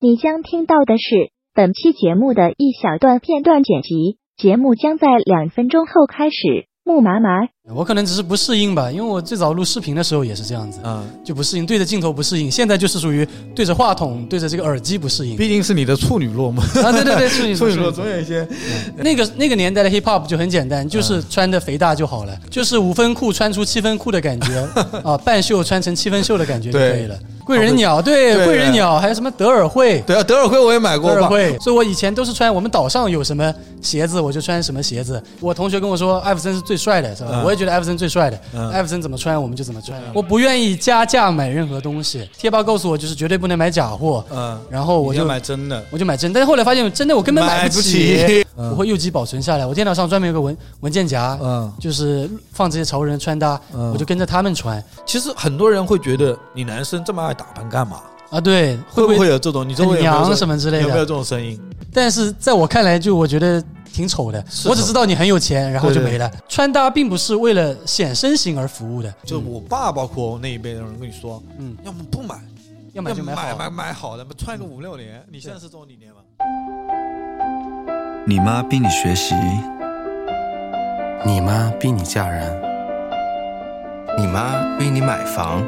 你将听到的是本期节目的一小段片段剪辑，节目将在两分钟后开始。木麻麻，我可能只是不适应吧，因为我最早录视频的时候也是这样子，嗯，就不适应对着镜头不适应，现在就是属于对着话筒、对着这个耳机不适 应。毕竟 是你的处女落嘛，啊，对对对，是处女是落总有一些那个那个年代的 hip hop 就很简单，嗯就是穿着肥大就好了，就是五分裤穿出七分裤的感觉 啊，半袖穿成七分袖的感觉就可以了。贵人鸟，对对贵人鸟，还有什么德尔惠。 对啊，德尔惠我也买过德尔吧，惠，所以我以前都是穿我们岛上有什么鞋子我就穿什么鞋子。我同学跟我说艾弗森是最帅的，是吧？嗯我也觉得艾弗森最帅的，嗯艾弗森怎么穿我们就怎么穿。我不愿意加价买任何东西，贴吧告诉我就是绝对不能买假货，嗯，然后我你要就买真的，我就买真，但是后来发现真的我根本买不买不起 起，我会右机保存下来。我电脑上专门有个文文件夹，嗯，就是放这些潮人的穿搭，嗯我就跟着他们穿其实很多人会觉得你男生这么爱打扮干嘛？啊。对，会不不会哎有这种？你周围有没有这娘种什么之类有没有这的？种声音？但是在我看来，就我觉得挺丑的。是我只知道你很有钱，然后就对对没了。穿搭并不是为了显身形而服务的，就我爸，包括我那一辈的人跟你说，嗯，要么不买，要买就买买好买。买好的，穿个五六年。你现在是这种理念吗？你妈逼你学习，你妈逼你嫁人，你妈逼你买房，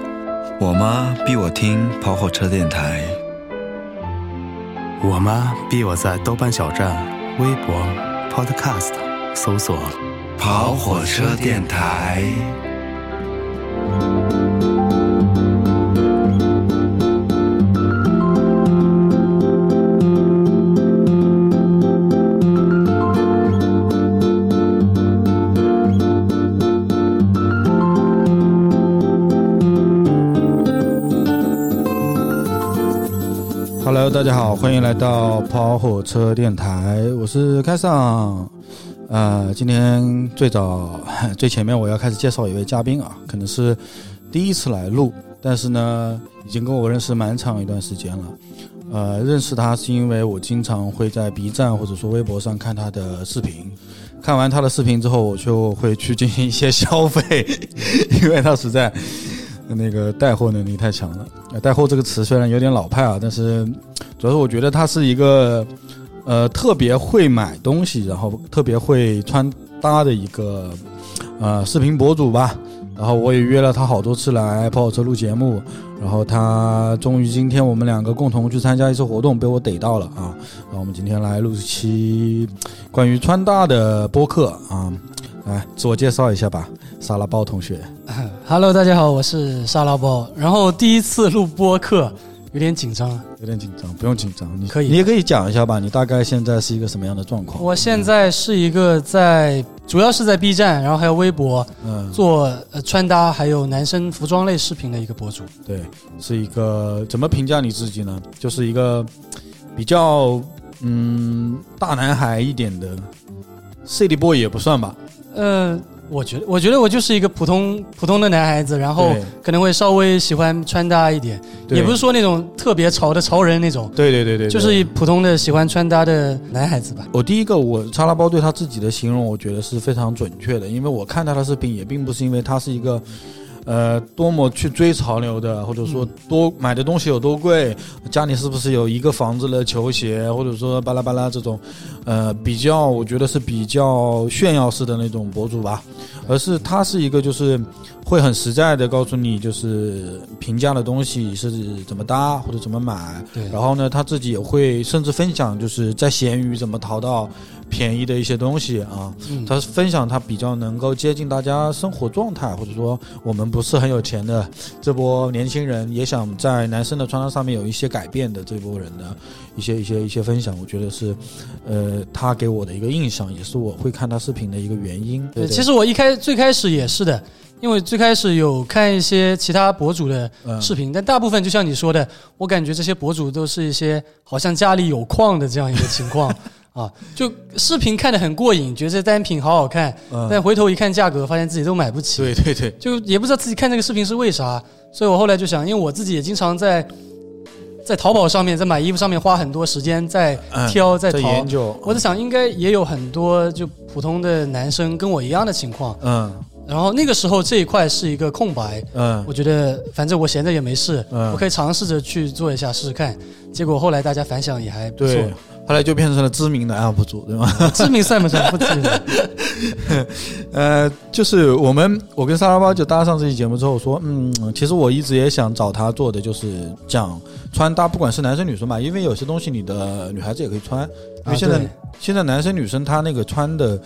我妈逼我听跑火车电台，我妈逼我在豆瓣小站、微博、Podcast 搜索。跑火车电台。 Hello，大家好，欢迎来到跑火车电台，我是开尚。呃，今天最早 最前面我要开始介绍一位嘉宾啊，可能是第一次来录，但是呢，已经跟我认识蛮长一段时间了。呃，认识他是因为我经常会在 B 站或者说微博上看他的视频，看完他的视频之后，我就会去进行一些消费， 因为他实在那个带货能力太强了。呃带货这个词虽然有点老派啊，但是主要是我觉得他是一个呃特别会买东西，然后特别会穿搭的一个呃视频博主吧。然后我也约了他好多次来跑火车录节目，然后他终于今天我们两个共同去参加一次活动，被我逮到了啊！然后我们今天来录一期关于穿搭的播客啊，来自我介绍一下吧，沙拉包同学。 Hello，大家好，我是沙拉包。然后第一次录播客，有点紧张。有点紧张，不用紧张，你可以你也可以讲一下吧，你大概现在是一个什么样的状况？我现在是一个在，主要是在 B 站，然后还有微博嗯，做呃穿搭，还有男生服装类视频的一个博主。对，是一个怎么评价你自己呢？就是一个比较嗯大男孩一点的 city boy 也不算吧，呃，我觉得，我觉得我就是一个普通普通的男孩子，然后对可能会稍微喜欢穿搭一点，对也不是说那种特别潮的潮人那种，对对对对，对就是普通的喜欢穿搭的男孩子吧。我第一个，我叉拉包对他自己的形容，我觉得是非常准确的，因为我看他的视频也并不是因为他是一个。呃，多么去追潮流的，或者说多买的东西有多贵，家里是不是有一个房子的球鞋，或者说巴拉巴拉这种，呃，比较我觉得是比较炫耀式的那种博主吧，而是他是一个就是会很实在的告诉你，就是平价的东西是怎么搭或者怎么买，对，然后呢，他自己也会甚至分享，就是在闲鱼怎么淘到便宜的一些东西啊。嗯他分享他比较能够接近大家生活状态，或者说我们不是很有钱的这波年轻人，也想在男生的穿搭上面有一些改变的这波人的一些一些一些分享，我觉得是，呃，他给我的一个印象，也是我会看他视频的一个原因。对其实我一开最开始也是的，因为最开始有看一些其他博主的嗯视频，但大部分就像你说的，我感觉这些博主都是一些好像家里有矿的这样一个情 况啊，就视频看得很过瘾，觉得这单品好好看，嗯但回头一看价格，发现自己都买不起，对对对，就也不知道自己看这个视频是为啥，所以我后来就想，因为我自己也经常在在淘宝上面，在买衣服上面花很多时间在嗯挑、在在淘研，究，我在想应该也有很多就普通的男生跟我一样的情况。嗯然后那个时候这一块是一个空白，嗯我觉得反正我闲着也没事，嗯我可以尝试着去做一下试试看。结果后来大家反响也还不错对，，后来就变成了知名的 UP 主，对吗？知名算不算不知 名？呃，就是我们，我跟沙拉包就搭上这期节目之后说，嗯，其实我一直也想找他做的就是讲穿搭，不管是男生女生嘛，因为有些东西你的女孩子也可以穿，因为现在、啊对现在男生女生他那个穿的，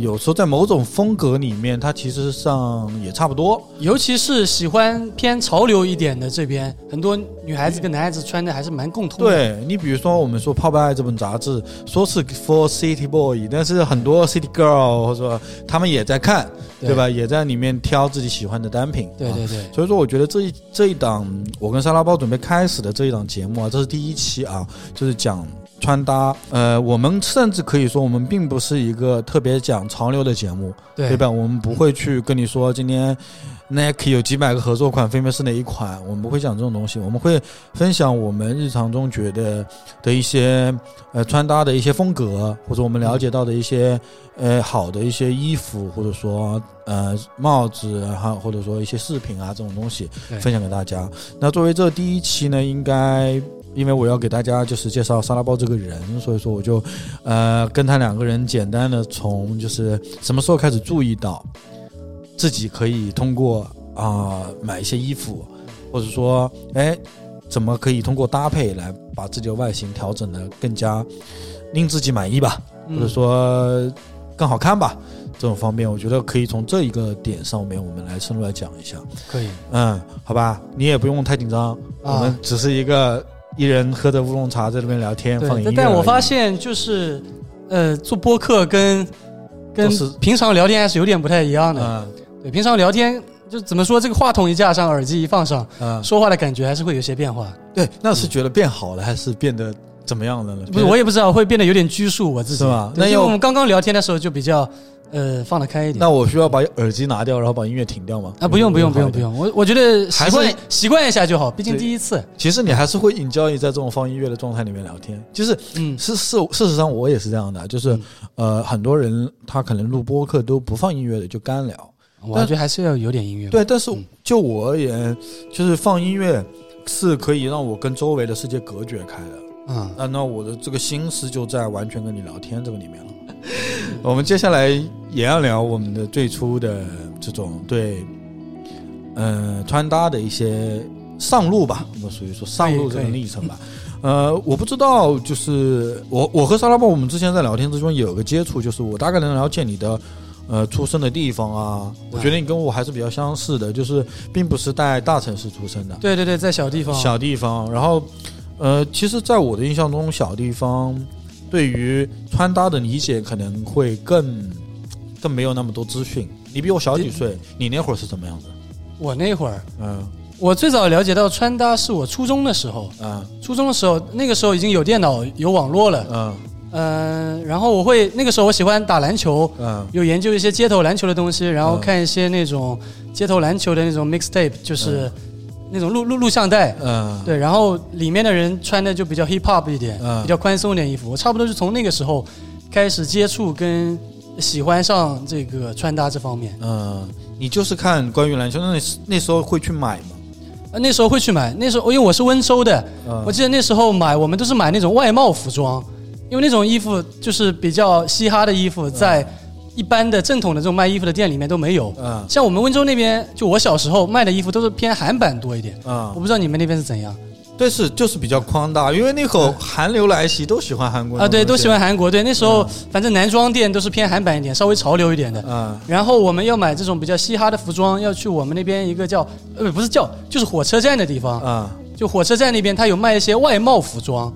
有时候在某种风格里面，它其实上也差不多。尤其是喜欢偏潮流一点的这边，很多女孩子跟男孩子穿的还是蛮共通的。对你比如说，我们说《泡泡爱》这本杂志，说是 for city boy，但是很多 city girl 或者说他们也在看，对对吧？也在里面挑自己喜欢的单品。对啊对对所以说，我觉得这一这一档我跟沙拉包准备开始的这一档节目啊，这是第一期啊，就是讲穿搭。呃，我们甚至可以说，我们并不是一个特别讲潮流的节目，对对吧？我们不会去跟你说今天 Nike 有几百个合作款，分别是哪一款，我们不会讲这种东西，我们会分享我们日常中觉得的一些呃穿搭的一些风格，或者我们了解到的一些呃好的一些衣服，或者说呃帽子哈、或者说一些饰品啊这种东西对分享给大家。那作为这第一期呢，应该。因为我要给大家就是介绍沙拉包这个人，所以说我就，呃，跟他两个人简单的从就是什么时候开始注意到自己可以通过啊、买一些衣服，或者说哎怎么可以通过搭配来把自己的外形调整的更加令自己满意吧，嗯或者说更好看吧，这种方面，我觉得可以从这一个点上面我们来深入来讲一下。可以，嗯，好吧，你也不用太紧张，啊我们只是一个一人喝着乌龙茶在这边聊天，对放音乐而但已。但我发现就是，呃，做播客跟跟都是平常聊天还是有点不太一样的。嗯，对，平常聊天就怎么说，这个话筒一架上，耳机一放上，嗯说话的感觉还是会有些变化。对，那是觉得变好了还是变得怎么样了呢？不是，我也不知道会变得有点拘束我自己。是吧对那因为要我们刚刚聊天的时候就比较，呃，放得开一点。那我需要把耳机拿掉，然后把音乐停掉吗？啊，不用不用不用不。用，我我觉得习还是惯习惯一下就好，毕竟对第一次。其实你还是会 enjoy 在这种放音乐的状态里面聊天，就是嗯，是是，事实上我也是这样的，就是呃，很多人他可能录播客都不放音乐的，就干聊。我觉得还是要有点音乐。，对，但是嗯就我而言，就是放音乐是可以让我跟周围的世界隔绝开的。嗯，啊那那我的这个心思就在完全跟你聊天这个里面了。 我们接下来也要聊我们的最初的这种对，呃，穿搭的一些上路吧，我们属于说上路这可个以可以历程吧。呃，我不知道，就是我我和沙拉包，我们之前在聊天之中有个接触，就是我大概能了解你的。呃，出生的地方啊，我觉得你跟我还是比较相似的，就是并不是在大城市出生的，对对对，在小地方，小地方。然后，呃，其实，在我的印象中，小地方对于穿搭的理解可能会更更没有那么多资讯。你比我小几岁，你那会儿是怎么样的？我那会儿，嗯我最早了解到穿搭是我初中的时候，嗯初中的时候，那个时候已经有电脑有网络了，嗯嗯、然后我会那个时候我喜欢打篮球，嗯有研究一些街头篮球的东西，然后嗯看一些那种街头篮球的那种 mixtape，就是那种录录录像带，嗯，对，然后里面的人穿的就比较 hip hop 一点，嗯比较宽松一点衣服。我差不多是从那个时候开始接触跟喜欢上这个穿搭这方面。嗯，你就是看关于篮球，那你那时候会去买吗？呃那时候会去买，那时候因为我是温州的，嗯我记得那时候买我们都是买那种外贸服装，因为那种衣服就是比较嘻哈的衣服，在一般的正统的这种卖衣服的店里面都没有。嗯像我们温州那边，就我小时候卖的衣服都是偏韩版多一点，我嗯，不知道你们那边是怎样。对，是就是比较宽大，因为那会儿韩流来袭，都喜欢韩国嗯啊，对，那种都东西喜欢。韩国。对，那时候反正男装店都是偏韩版一点，稍微潮流一点的。嗯然后我们要买这种比较嘻哈的服装，要去我们那边一个叫呃不是叫就是火车站的地方，嗯，就火车站那边它有卖一些外贸服装，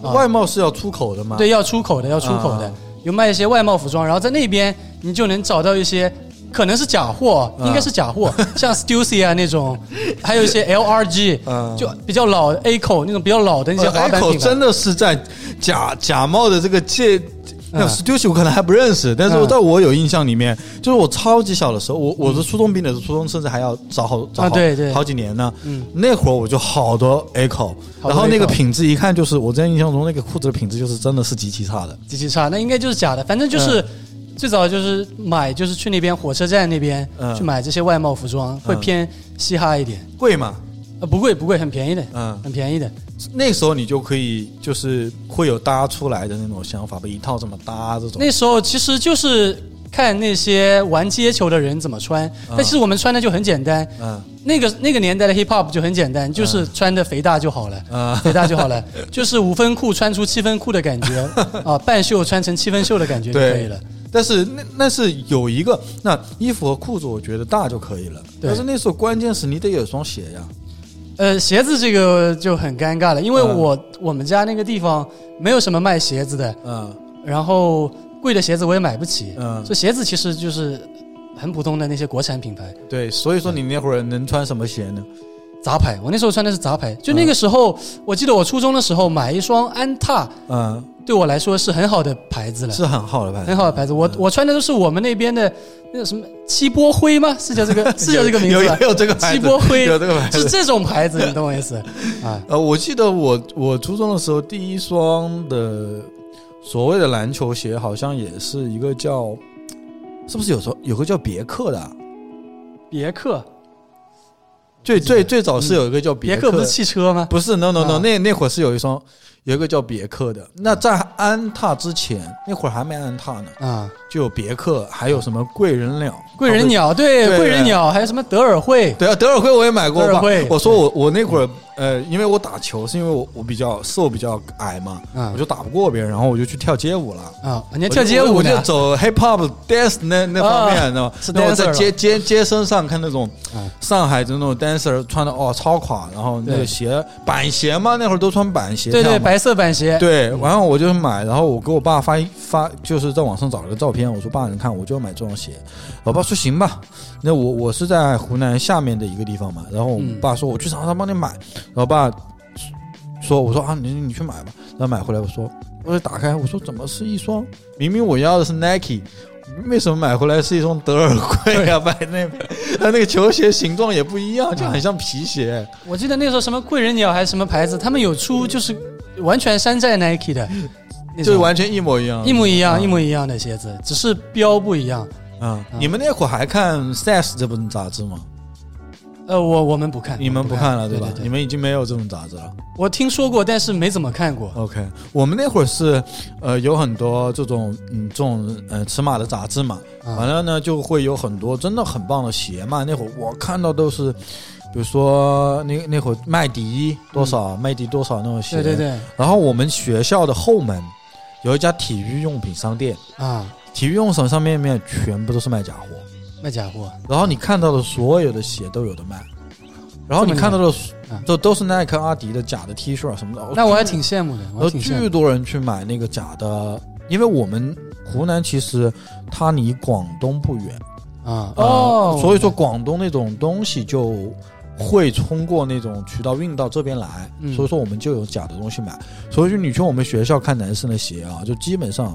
啊外贸是要出口的吗？对，要出口的，要出口的啊，有卖一些外贸服装。然后在那边你就能找到一些。可能是假货，啊应该是假 货，像 Stussy 啊那种，还有一些 LRG，、嗯就比较老 A 口那种比较老的那些滑海板哦口品牌。真的是在假假冒的这个界。那嗯 Stussy 我可能还不认识，但是我嗯在我有印象里面，就是我超级小的时候，我我的初中比你的初中甚至还要早好早好、啊对对好几年呢。嗯那会儿我就好多 Echo，好多然后那个 Echo 品质一看就是我在印象中那个裤子的品质就是真的是极其差的。嗯极其差，那应该就是假的。反正就是最早就是买，就是去那边火车站那边、嗯去买这些外贸服装，会嗯偏嘻哈一点。贵嘛，呃，不贵不贵，很便宜的，嗯，很便宜的。那时候你就可以就是会有搭出来的那种想法吧，一套怎么搭这种那时候其实就是看那些玩街球的人怎么穿，但其实我们穿的就很简单。嗯那个那个年代的 hip hop 就很简单，就是穿的肥大就好了，啊肥大就好了， 就是五分裤穿出七分裤的感觉 啊，半袖穿成七分袖的感觉就可以了。但是那那是有一个，那衣服和裤子我觉得大就可以了。对但是那时候关键是你得有双鞋呀，呃，鞋子这个就很尴尬了，因为嗯我、我们家那个地方没有什么卖鞋子的，嗯然后贵的鞋子我也买不起，嗯所以鞋子其实就是很普通的那些国产品牌。对，所以说你那会儿能穿什么鞋呢？杂牌，我那时候穿的是杂牌。就那个时候，我记得我初中的时候买一双安踏，嗯，对我来说是很好的牌子了，是很好的吧？很好的牌子。我嗯我穿的都是我们那边的那个什么七波灰吗？是叫这 个是叫这个名字吧？有有这个牌七子波灰有这个牌是子。这种牌子，你懂我意 思啊？呃，我记得我我初中的时候，第一双的所谓的篮球鞋，好像也是一个叫，是不是有时候有个叫别克的啊？别克，最最最早是有一个叫嗯别克克不是汽车吗？不是，no no no，、啊那那会儿是有一双，有一个叫别克的。那在安踏之前，那会儿还没安踏呢，啊，就有别克，还有什么贵人鸟、贵人啊。鸟对，对贵人鸟还有什么德尔惠不？对对啊，德尔惠我也买过德吧尔惠。我说我我那会儿，呃，因为我打球是因为我我比较瘦比较矮嘛，啊我就打不过别人，然后我就去跳街舞了。啊，你还跳街舞我就我就呢？走 hip hop dance 那那方面，啊你知道吗是？然后我 dancer 在街街街身上看那种啊上海的那种 dancer 穿的哦超垮，然后那对个鞋板鞋嘛，那会儿都穿板鞋，对跳对，嘛白色板鞋。对，然后我就买，然后我给我爸发一发，就是在网上找了个照片，我说爸，你看，我就要买这双鞋。我爸说行吧，那我我是在湖南下面的一个地方嘛，然后我嗯爸说我去长沙帮你买，然后爸说我说啊你你去买吧，然后买回来我说我就打开我说怎么是一双，明明我要的是 Nike。为什么买回来是一双德尔惠啊？买 那个，它那个球鞋形状也不一样，嗯就很像皮鞋。我记得那时候什么贵人鸟还是什么牌子，他们有出就是完全山寨 Nike 的，那种就完全一模一样，一模一样、嗯一模一样的鞋子，只是标不一样。啊、你们那会儿还看《Sass》这本杂志吗？呃，我我们不看，你们不看了对吧？对你们已经没有这种杂志了。我听说过，但是没怎么看过。 OK，我们那会儿是，呃，有很多这种嗯这种呃尺码的杂志嘛，啊完了呢就会有很多真的很棒的鞋嘛。那会儿我看到都是，比如说那那会儿麦迪多少，麦迪多少那种鞋。对嗯对。对，然后我们学校的后门有一家体育用品商店，啊，体育用品上面面全部都是卖假货。那家伙，然后你看到的所有的鞋都有的卖，然后你看到的厉害都都是耐克、阿迪的假的 T 恤啊什么的。啊那我还巨挺羡慕的，我然后还挺羡巨慕。多人哦去买那个假的，因为我们湖南其实它离广东不远啊呃哦，所以说广东那种东西就。会通过那种渠道运到这边来，嗯所以说我们就有假的东西买。所以说你去我们学校看男生的鞋啊，就基本上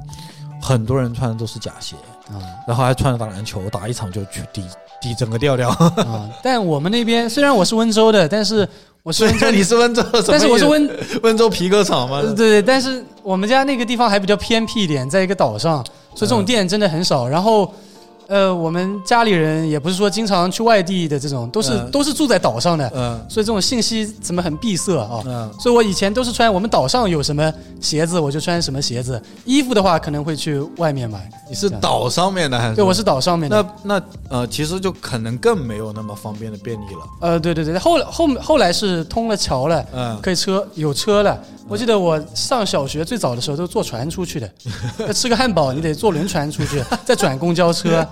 很多人穿的都是假鞋，啊然后还穿着打篮球，打一场就去低低整个调调。，啊，但我们那边虽然我是温州的，但是我是温州 你是温州，但是我是 温，温州皮革厂吗呃对对，但是我们家那个地方还比较偏僻一点，在一个岛上，嗯所以这种店真的很少。然后，呃，我们家里人也不是说经常去外地的，这种都是、嗯都是住在岛上的，嗯所以这种信息怎么很闭塞啊？嗯所以我以前都是穿我们岛上有什么鞋子我就穿什么鞋子，衣服的话可能会去外面买。你是岛上面的还是？对，我是岛上面的。那那呃，其实就可能更没有那么方便的便利了。呃，对对对，后来后后来是通了桥了，嗯可以车有车了。我记得我上小学最早的时候都坐船出去 的，要吃个汉堡你得坐轮船出去，再转公交 车。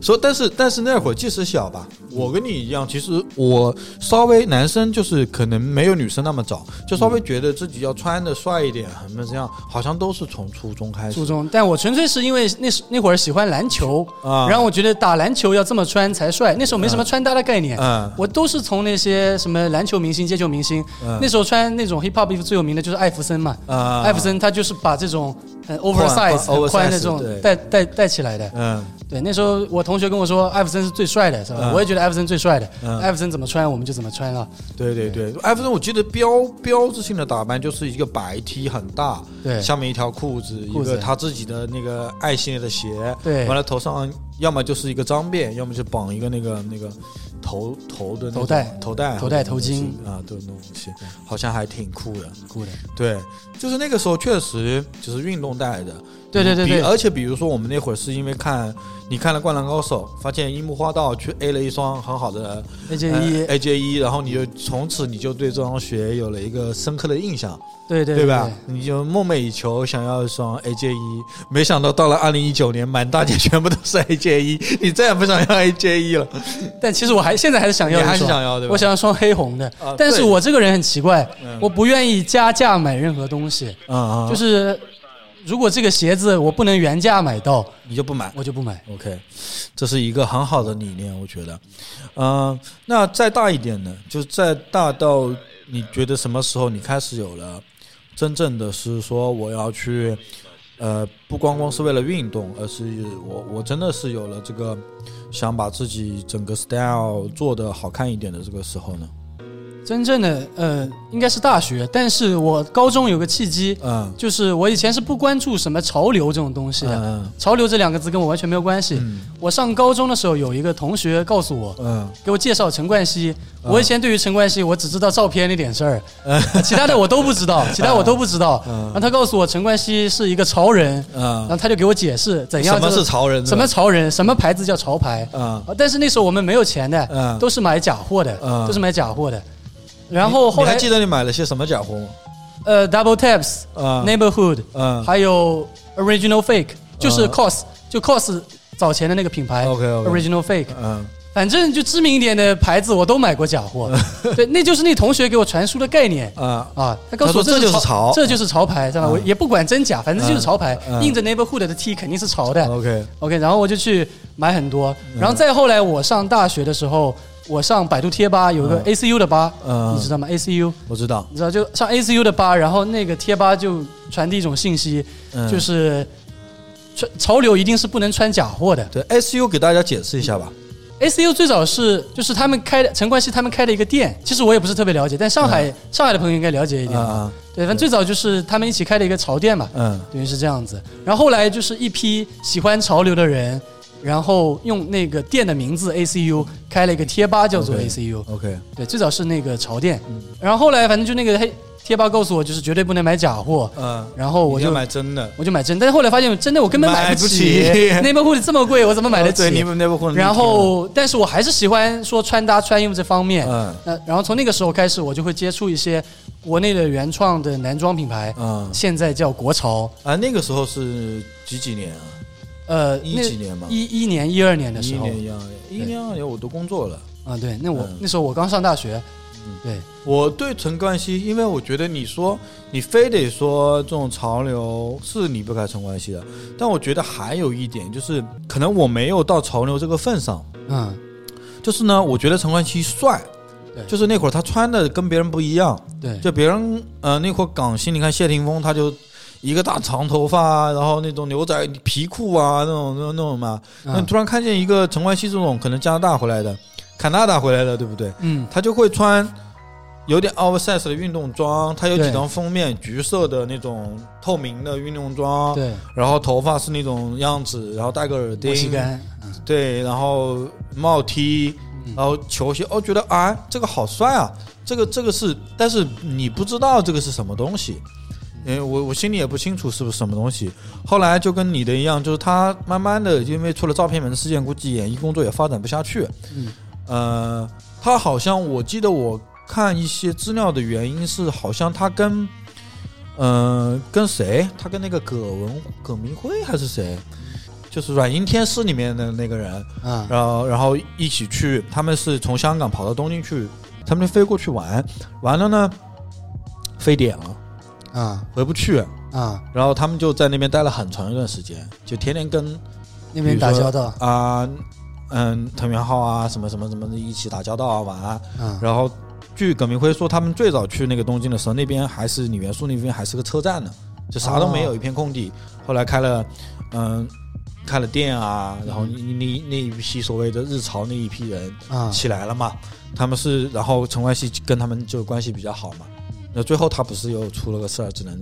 所以，但是但是那会儿即使小吧，我跟你一样，其实我稍微男生就是可能没有女生那么早，就稍微觉得自己要穿的帅一点，什么这样，好像都是从初中开初始。中，但我纯粹是因为那时那会儿喜欢篮球，啊然后我觉得打篮球要这么穿才帅，那时候没什么穿搭的概念，嗯我都是从那些什么篮球明星、街球明星，嗯那时候穿那种 hip hop 衣服最有名的就是艾弗森嘛，啊艾弗森他就是把这种很 oversize 宽很宽的 oversize，这种对带带带起来的。嗯，对，那时候我同学跟我说，艾弗森是最帅的，是吧？嗯我也觉得艾弗森最帅的嗯，艾弗森怎么穿我们就怎么穿啊了。对对对，艾弗森我记得标标志性的打扮就是一个白 T 很大，对下面一条裤子，一裤子个他自己的那个爱心的鞋，对完了头上要么就是一个脏辫，要么就绑一个那个那个头头的那种头带头带头带头头巾啊，对，那种东西好像还挺酷的。酷的，对，就是那个时候确实就是运动带来的。对对对比对而且比如说我们那会儿是因为看你看了《灌篮高手》，发现樱木花道去 A 了一双很好的 AJ 一，哎 A J E 一，然后你就从此你就对这双鞋有了一个深刻的印象，对对吧？你就梦寐以求想要一双 A J 一，没想到到了二零一九年，满大街全部都是 A J 一，你再也不想要 A J E 一了，但其实我还现在还是想你要一双，还是想要对吧？我想要双黑红的啊，但是对我这个人很奇怪嗯，我不愿意加价买任何东西，嗯，嗯嗯，就是是如果这个鞋子我不能原价买到，你就不买。我就不买。 OK，这是一个很好的理念，我觉得。嗯、那再大一点呢？就再大到你觉得什么时候你开始有了真正的是说我要去，呃，不光光是为了运动，而是我我真的是有了这个想把自己整个 style 做的好看一点的这个时候呢？真正的呃，应该是大学，但是我高中有个契机，嗯就是我以前是不关注什么潮流这种东西的，嗯潮流这两个字跟我完全没有关系。嗯我上高中的时候，有一个同学告诉我，嗯给我介绍陈冠希。嗯我以前对于陈冠希，我只知道照片那点事 儿，其他的我都不知嗯道，其他我都不知道。然后他告诉我，陈冠希是一个潮人，然后嗯，他就给我解释怎样什么就是潮人？什么潮人，什么牌子叫潮牌。嗯啊但是那时候我们没有钱的，嗯，都是买假货的，嗯都是买假货的。然后后你来还记得你买了些什么假货吗？呃，Double Taps、啊 Neighborhood，嗯还有 Original Fake，就是 COS，就 COS 早前的那个品牌 OK，OK Original Fake。嗯反正就知名一点的牌子，我都买过假货。 对，那就是那同学给我传输的概念啊啊。他告诉我他说这这就是潮啊这就是潮牌，知道吧？我也不管真假，反正就是潮牌嗯。嗯印着 Neighborhood 的 T 肯定是潮的。啊，OK， OK，然后我就去买很啊多，然后再后来我上大学的时候，我上百度贴吧有啊个 ACU 的吧，嗯你知道吗？ACU，我知道，你知道就上 ACU 的吧，然后那个贴吧就传递一种信息，嗯就是穿潮流一定是不能穿假货的。对，SU 给大家解释一下吧。 ACU 最早是就是他们开的陈冠希他们开的一个店，其实我也不是特别了解，但上海、上海的朋友应该了解一点吧。嗯啊对，反正最早就是他们一起开的一个潮店嘛。嗯等于是这样子。然后后来就是一批喜欢潮流的人，然后用那个店的名字 ACU 开了一个贴吧，叫做 OK ACU。 ，OK，对，最早是那个潮店，嗯然后后来反正就那个黑贴吧告诉我，就是绝对不能买假货，嗯，然哦后我你要就买真的，我就买真，但是后来发现真的我根本买不 不起哦内蒙古里这么贵，我怎么买得起？对，你们那部分。然后，但是我还是喜欢说穿搭、穿衣服这方面。嗯那然后从那个时候开始，我就会接触一些国内的原创的男装品牌，嗯现在叫国潮。啊，那个时候是几几年啊？呃，一那几年吗一一年、一二年的一时候年一二年，一年二年我都工作了。啊，对，那我、嗯那时候我刚上大学，对，我对陈冠希，因为我觉得你说你非得说这种潮流是离不开陈冠希的，但我觉得还有一点就是，可能我没有到潮流这个份上。嗯，就是呢，我觉得陈冠希帅对，就是那会儿他穿的跟别人不一样，对，就别人呃那会儿港星，你看谢霆锋他就一个大长头发啊，然后那种牛仔皮裤啊那种那种那种嘛，那你嗯突然看见一个陈冠希这种可能加拿大回来的、加拿大回来的，对不对？嗯，他就会穿有点 oversize 的运动装，他有几对张封面橘色的那种透明的运动装，对，然后头发是那种样子，然后戴个耳莫西钉，干，嗯对，然后帽 T，然后球鞋，哦，觉得啊，这个好帅啊，这个这个是，但是你不知道这个是什么东西，因为我我心里也不清楚是不是什么东西。后来就跟你的一样，就是他慢慢的，因为出了照片门事件，估计演艺工作也发展不下去。嗯，呃，他好像我记得我看一些资料的原因是，好像他跟。嗯、跟谁？他跟那个葛文、葛明辉还是谁？就是《软银天师》里面的那个人，啊，然后然后一起去，他们是从香港跑到东京去，他们就飞过去玩，完了呢，非典了，啊回不去，啊，然后他们就在那边待了很长一段时间，就天天跟那边打交道，啊、嗯，藤原浩啊，什么什么什么的一起打交道啊，玩啊，啊，然后据葛明辉说，他们最早去那个东京的时候，那边还是李元素那边还是个车站呢，就啥都没有，哦一片空地。后来开了，嗯，开了店啊，然后你你那一批所谓的日潮那一批人啊，起来了嘛，他们是然后陈冠希跟他们就关系比较好嘛。那最后他不是又出了个事儿，只能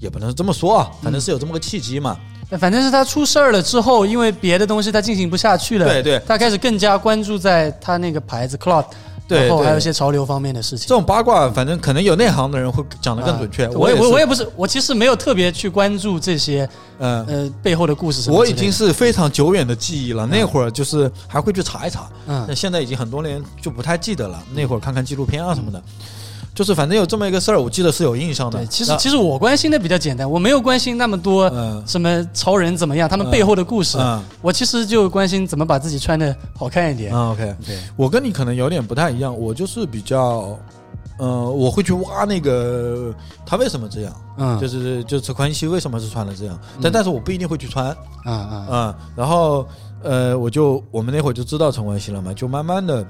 也不能这么说啊，反正是有这么个契机嘛。反正是他出事儿了之后，因为别的东西他进行不下去了，对对他开始更加关注在他那个牌子 Cloud，对然后还有对一些潮流方面的事情这。种八卦，反正可能有内行的人会讲的更准确。啊我我是我我也不是，我其实没有特别去关注这些嗯，呃背后的故事什么我之已类的。经是非常久远的记忆了，那会儿就是还会去查一查，那嗯现在已经很多年就不太记得了。那会儿看看纪录片啊什么的，就是反正有这么一个事儿，我记得是有印象的。嗯对，其实那其实我关心的比较简单，我没有关心那么多嗯什么潮人怎么样，他们背后的故事。嗯我其实就关心怎么把自己穿的好看一点。啊，OK，对，我跟你可能有点不太一样，我就是比较，呃，我会去挖那个他为什么这样，嗯，就是是就是宽西为什么是穿的这样，但但是我不一定会去穿，啊啊嗯，然后呃，我就我们那会儿就知道陈冠希了嘛，就慢慢的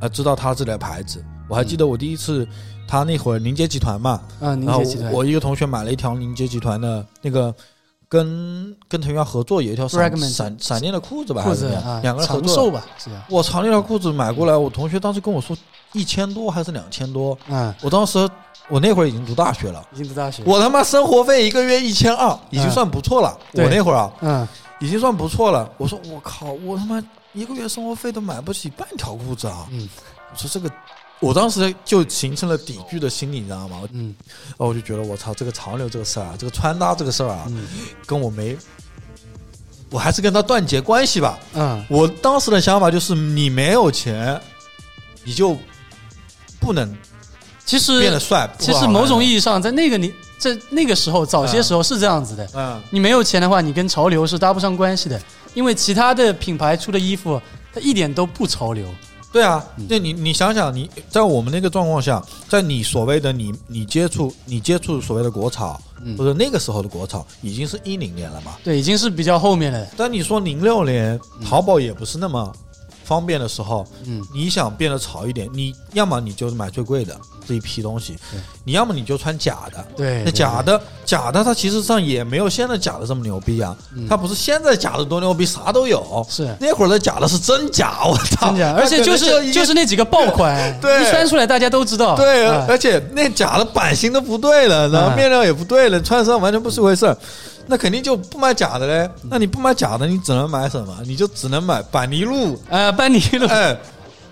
呃知道他这类牌子。我还记得我第一次，他那会儿宁杰集团嘛，啊！凝然后结集团我一个同学买了一条宁杰集团的那个。跟跟藤原合作有一条闪 Fragment 闪闪电的裤子吧，裤还是子怎么啊样？，两个人合长作寿。吧，是吧？我操，那条裤子买过来，我同学当时跟我说一千多还是两千多，嗯，我当时我那会儿已经读啊大学了，已经读大学。我他妈生活费一个月一千二，已经嗯算不错了。我对那会儿啊，嗯已经算不错了。我说我靠，我他妈一个月生活费都买不起半条裤子啊！嗯我说这个，我当时就形成了抵御的心理，你知道吗？我嗯然后我就觉得我操，这个潮流这个事儿啊，这个穿搭这个事儿啊，嗯跟我没，我还是跟他断绝关系吧。嗯我当时的想法就是，你没有钱，你就不能其变得实帅。其实某种义，意义上，在那个你在那个时候，早些时候是这样子的。嗯，你没有钱的话，你跟潮流是搭不上关系的，因为其他的品牌出的衣服，它一点都不潮流。对啊，嗯那你你想想，你在我们那个状况下，在你所谓的你你接触你接触所谓的国潮，嗯或者那个时候的国潮，已经是一零年了嘛。对，已经是比较后面 了。但你说零六年淘宝也不是那么方便的时候，嗯，你想变得潮一点，你要么你就买最贵的这一批东西对，你要么你就穿假的。对，那对假，的，假的，它其实上也没有现在假的这么牛逼啊！嗯它不是现在假的多牛逼，啥都有。是那会儿的假的是真假，我操！真假，它而且可能就一是个就是那几个爆款， 对一翻出来大家都知道。对，啊而且那假的版型都不对了，然后面料也不对了，穿上完全不是回事儿，那肯定就不买假的嘞。那你不买假的，你只能买什么？你就只能买板泥路，呃，班尼 路、哎，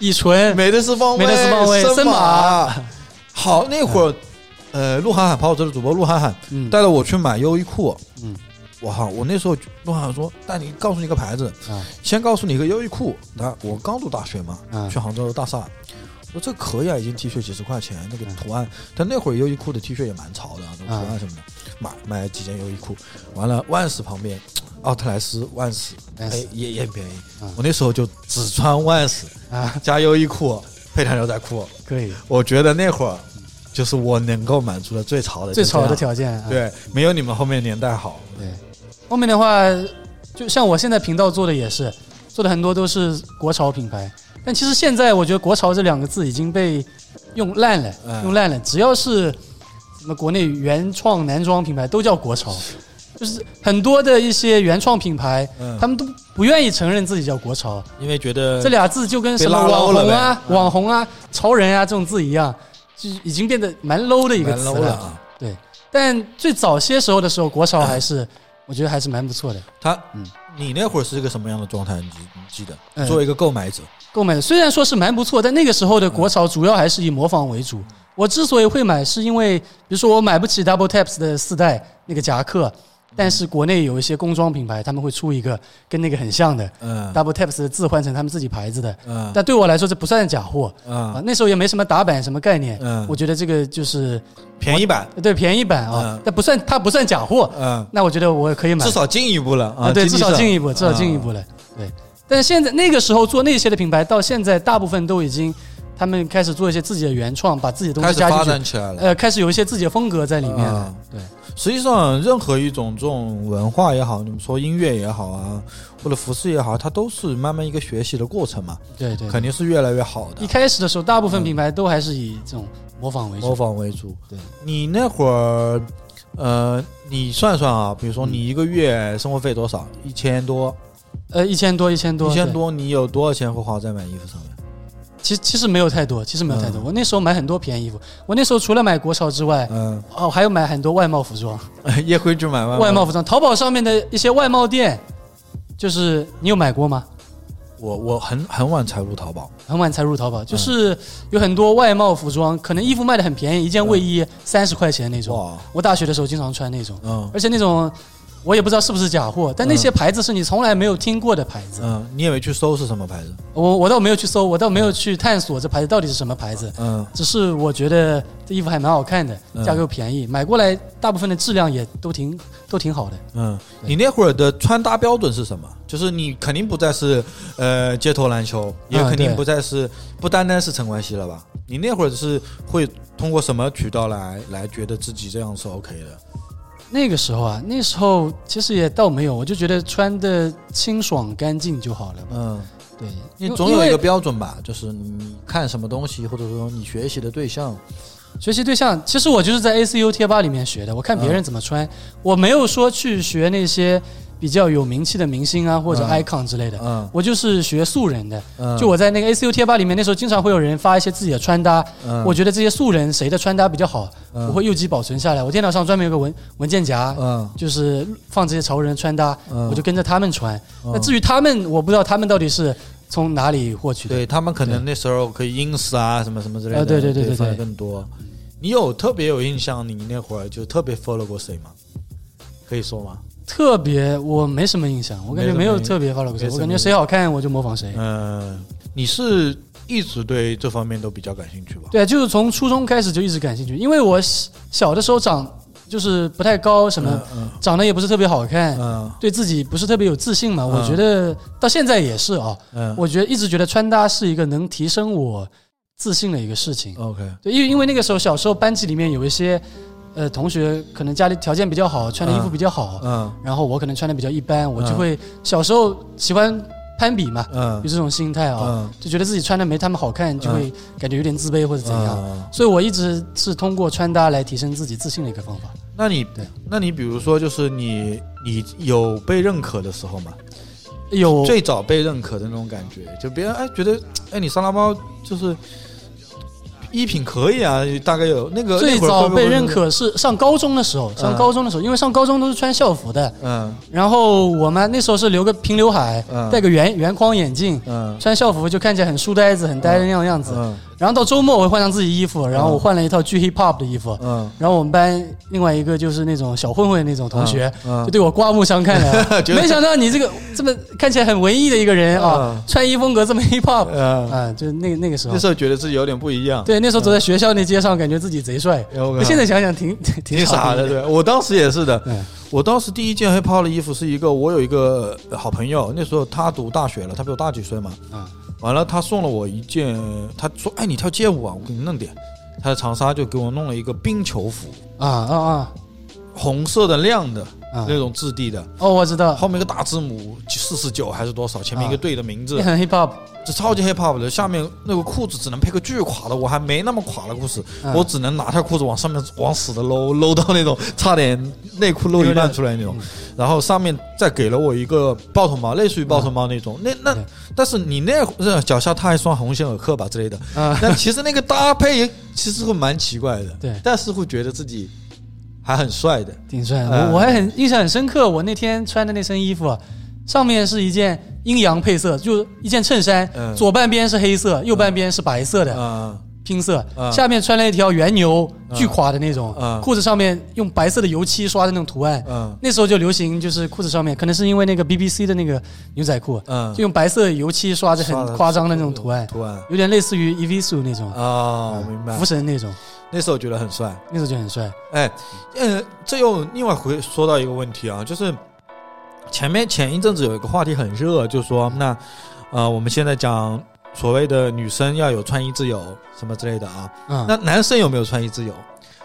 乙醇，美的是方美的是方位森森马。好，那会儿，呃，鹿晗晗跑我这的主播鹿晗晗嗯带着我去买优衣库，嗯，我靠，我那时候鹿晗晗说，带你告诉你一个牌子，啊先告诉你一个优衣库，那我刚读大学嘛，嗯去杭州的大厦，我说这可以啊，一件 T 恤几十块钱，那嗯个图案，但那会儿优衣库的 T 恤也蛮潮的，啊那啊种图案什么的，买买几件优衣库，完了万斯旁边，奥特莱斯万斯，哎万斯也也便宜嗯，我那时候就只穿万斯啊，加优衣库配条牛仔裤，可 以，我觉得那会儿就是我能够满足的最潮的最潮的就这条样，件。啊，对，没有你们后面年代好，对，后面的话，就像我现在频道做的也是，做的很多都是国潮品牌。但其实现在我觉得“国潮”这两个字已经被用烂了，嗯用烂了。只要是什么国内原创男装品牌都叫国潮，就是很多的一些原创品牌，嗯他们都不愿意承认自己叫国潮。因为觉得这俩字就跟什么被拉 low 网了红啊呗、嗯网红啊、潮人啊这种字一样，就已经变得蛮 low 的一个蛮词 low 了啊。对，但最早些时候的时候，国潮还是我觉得还是蛮不错的。他，嗯你那会儿是一个什么样的状态？你记你记得？嗯作为一个购买者，购买的虽然说是蛮不错，但那个时候的嗯国潮主要还是以模仿为主。我之所以会买，是因为比如说我买不起 Double Taps 的四代那个夹克，嗯但是国内有一些工装品牌，他们会出一个跟那个很像的嗯 Double Taps 的字换成他们自己牌子的，嗯但对我来说这不算假货。啊嗯，，那时候也没什么打版什么概念，嗯我觉得这个就是便宜版，对便宜版啊嗯，但不算它不算假货，嗯，那我觉得我可以买，至少进一步了啊，啊对，经至济上少进一步，至少进一步。啊了，对。但是现在那个时候做那些的品牌，到现在大部分都已经他们开始做一些自己的原创，把自己的东开西始加发进展去，起来了。呃，开始有一些自己的风格在里面了啊，对，实际上，任何一种这种文化也好，你们说音乐也好啊，或者服饰也好，它都是慢慢一个学习的过程嘛，对对。肯定是越来越好的一。开始的时候，大部分品牌都还是以这种模仿为嗯模主，仿为主。对，你那会儿呃，你算算啊，比如说你一个月生活费多少？一千多，呃，一千多，一千多，一千对。多，你有多少钱会花在买衣服上面？其其实没有太多，其实没有太多。嗯我那时候买很多便宜衣服，我那时候除了买国潮之外，嗯，哦，还有买很多外贸服装， 夜归呃去买外外贸服装，淘宝上面的一些外贸店，就是你有买过吗？我我很很晚才入淘宝，很晚才入淘嗯宝，就是有很多外贸服装，可能衣服卖的很便宜，一件卫衣三十块钱那种。嗯哇，我大学的时候经常穿那种，嗯而且那种我也不知道是不是假货，但那些牌子是你从来没有听过的牌子。嗯，你也没去搜是什么牌子，我我倒没有去搜，我倒没有去探索这牌子到底是什么牌子，嗯只是我觉得这衣服还蛮好看的，嗯价格又便宜，买过来大部分的质量也都挺都挺好的。嗯，你那会儿的穿搭标准是什么？就是你肯定不再是呃街头篮球，也啊肯定对不再是不单单是陈冠希了吧？你那会儿是会通过什么渠道来来觉得自己这样是 OK 的？那个时候啊，那时候其实也倒没有，我就觉得穿的清爽干净就好了吧。嗯，对，你因为总有一因个为标准吧，就是你看什么东西，或者说你学习的对象，学习对象，其实我就是在 ACU 贴吧里面学的，我看别人怎么嗯穿，我没有说去学那些比较有名气的明星啊或者嗯 icon 之类的，嗯我就是学素人的。嗯，就我在那个 ACU 贴吧里面，那时候经常会有人发一些自己的穿搭，嗯，我觉得这些素人谁的穿搭比较好，嗯我会右机保存下来。我电脑上专门有个文文件夹，嗯，就是放这些潮人穿搭，嗯我就跟着他们穿。那至于于他们，我不知道他们到底是从哪里获取的。对他们可能对那时候可以 ins 啊什么什么之类的，啊对对对对对放的更多。你有特别有印象，你那会儿就特别 follow 过谁吗？可以说吗？特别我没什么印象，我感觉没没什么有特别 follow 过谁，没什么我感觉谁好看我就模仿谁。嗯，你是一直对这方面都比较感兴趣吧？对，就是从初中开始就一直感兴趣，因为我小小的时候长就是不太高，什么嗯嗯长得也不是特别好看，嗯对自己不是特别有自信嘛。我嗯觉得到现在也是啊，嗯我觉得一直觉得穿搭是一个能提升我自信的一个事情。 ，OK，对，因为因为那个时候小时候班级里面有一些呃同学，可能家里条件比较好，穿的衣服比较好，嗯然后我可能穿的比较一般，我就嗯会小时候喜欢攀比嘛，嗯有这种心态啊，嗯，就觉得自己穿的没他们好看，就会感觉有点自卑或者怎样。嗯所以我一直是通过穿搭来提升自己自信的一个方法。那你对那你比如说，就是你你有被认可的时候吗？有最早被认可的那种感觉，就别人哎觉得哎你沙拉包就是衣品可以啊，大概有那个最那会儿早会不会被认可是上高中的时候，上嗯高中的时候，因为上高中都是穿校服的，嗯然后我们那时候是留个平刘海嗯，戴个圆圆框眼镜，嗯穿校服就看起来很书呆子、很呆的那样样子。嗯然后到周末我会换上自己衣服，然后我换了一套巨 hip hop 的衣服。嗯然后我们班另外一个就是那种小混混那种同学，嗯。就对我刮目相看的 觉得没想到你这个这么看起来很文艺的一个人啊嗯，穿衣风格这么 hip hop 嗯，啊，就那个那个时候那。时候觉得自己有点不一样，对，那时候走在学校那街上，感觉自己贼帅。哎我靠那现在想想挺挺挺傻的，对。对我当时也是的嗯。我当时第一件 hiphop 的衣服是一个，我有一个好朋友，那时候他读大学了，他比我大几岁嘛。嗯完了，他送了我一件，他说：“哎，你跳街舞啊，我给你弄点。”他在长沙就给我弄了一个冰球服，啊啊啊红色的亮的啊！那种质地的，哦，我知道，后面一个大字母四十九还是多少，啊前面一个队的名字也，很 hip hop。这超级 hip hop 的。下面那个裤子只能配个巨垮的，我还没那么垮的裤子，嗯我只能拿条裤子往上面往死的搂， 搂到那种差点内裤露一半出来嗯那种。然后上面再给了我一个豹头帽，类似于豹头帽那种。那那啊对但是你那是脚下踏一双鸿星尔克吧之类的，啊，但其实 那个搭配其实会蛮奇怪的，对但是会觉得自己还很帅的。挺帅的。嗯我我还很印象很深刻，我那天穿的那身衣服啊，上面是一件阴阳配色，就一件衬衫，嗯左半边是黑色，右半边是白色的、嗯拼色，嗯下面穿了一条原牛，嗯巨垮的那种，嗯裤子上面用白色的油漆刷的那种图案。嗯那时候就流行，就是裤子上面，可能是因为那个 BBC 的那个牛仔裤，嗯就，用白色油漆刷着刷得很夸张的那种图案，图案有点类似于 Evisu 那种，啊，明白福。神那种，那时候觉得很帅。那时候就很帅。哎，呃，这又另外回说到一个问题啊，就是前面前一阵子有一个话题很热，就说那呃，我们现在讲所谓的女生要有穿衣自由什么之类的啊，嗯，那男生有没有穿衣自由？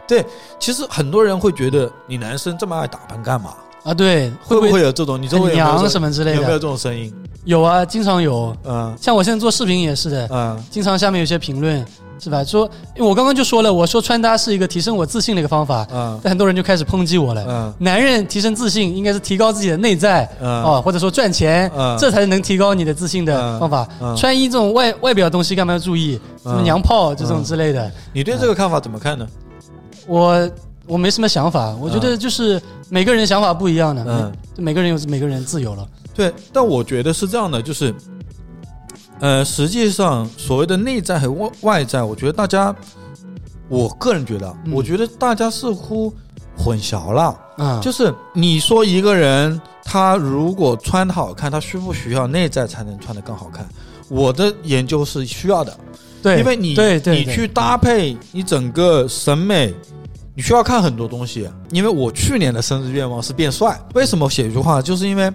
对，其实很多人会觉得你男生这么爱打扮干嘛？啊，对，会不不会有这种？你周很围有没有娘这什么之类有没有的？这种声音？有啊，经常有。嗯像我现在做视频也是的，嗯经常下面有些评论，是吧？说哎我刚刚就说了，我说穿搭是一个提升我自信的一个方法，嗯但很多人就开始抨击我了。嗯男人提升自信应该是提高自己的内在啊、嗯哦或者说赚钱，嗯这才是能提高你的自信的方法。嗯嗯穿衣这种外外表的东西干嘛要注意？什么嗯娘炮这种之类的，你对这个看法怎么看呢？我我没什么想法。我觉得就是每个人想法不一样的，嗯每每个人有每个人自由了。对，但我觉得是这样的，就是，呃，实际上所谓的内在和外外在，我觉得大家，我个人觉得啊，嗯我觉得大家似乎混淆了。啊、就是你说一个人他如果穿的好看，他需不需要内在才能穿的更好看？我的研究是需要的，对，因为你对对你对去搭配你整个审美，你需要看很多东西。因为我去年的生日愿望是变帅，为什么写一句话？就是因为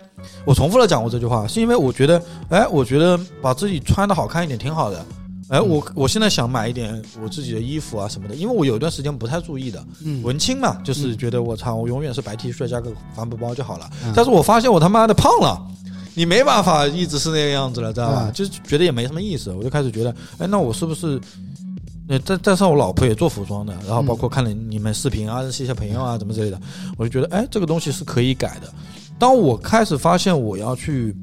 我重复的讲过这句话，是因为我觉得，哎，我觉得把自己穿的好看一点挺好的。哎，嗯我我现在想买一点我自己的衣服啊什么的，因为我有一段时间不太注意的，嗯文青嘛，就是觉得我操，我永远是白 T 恤加个帆布包就好了。嗯但是我发现我他妈的胖了，你没办法一直是那个样子了，知道吧？嗯就是觉得也没什么意思，我就开始觉得，哎，那我是不是？呃，但但是我老婆也做服装的，然后包嗯括看了你们视频啊，认识一些朋友啊，怎么之类的，我就觉得，哎，这个东西是可以改的。当我开始发现我要去，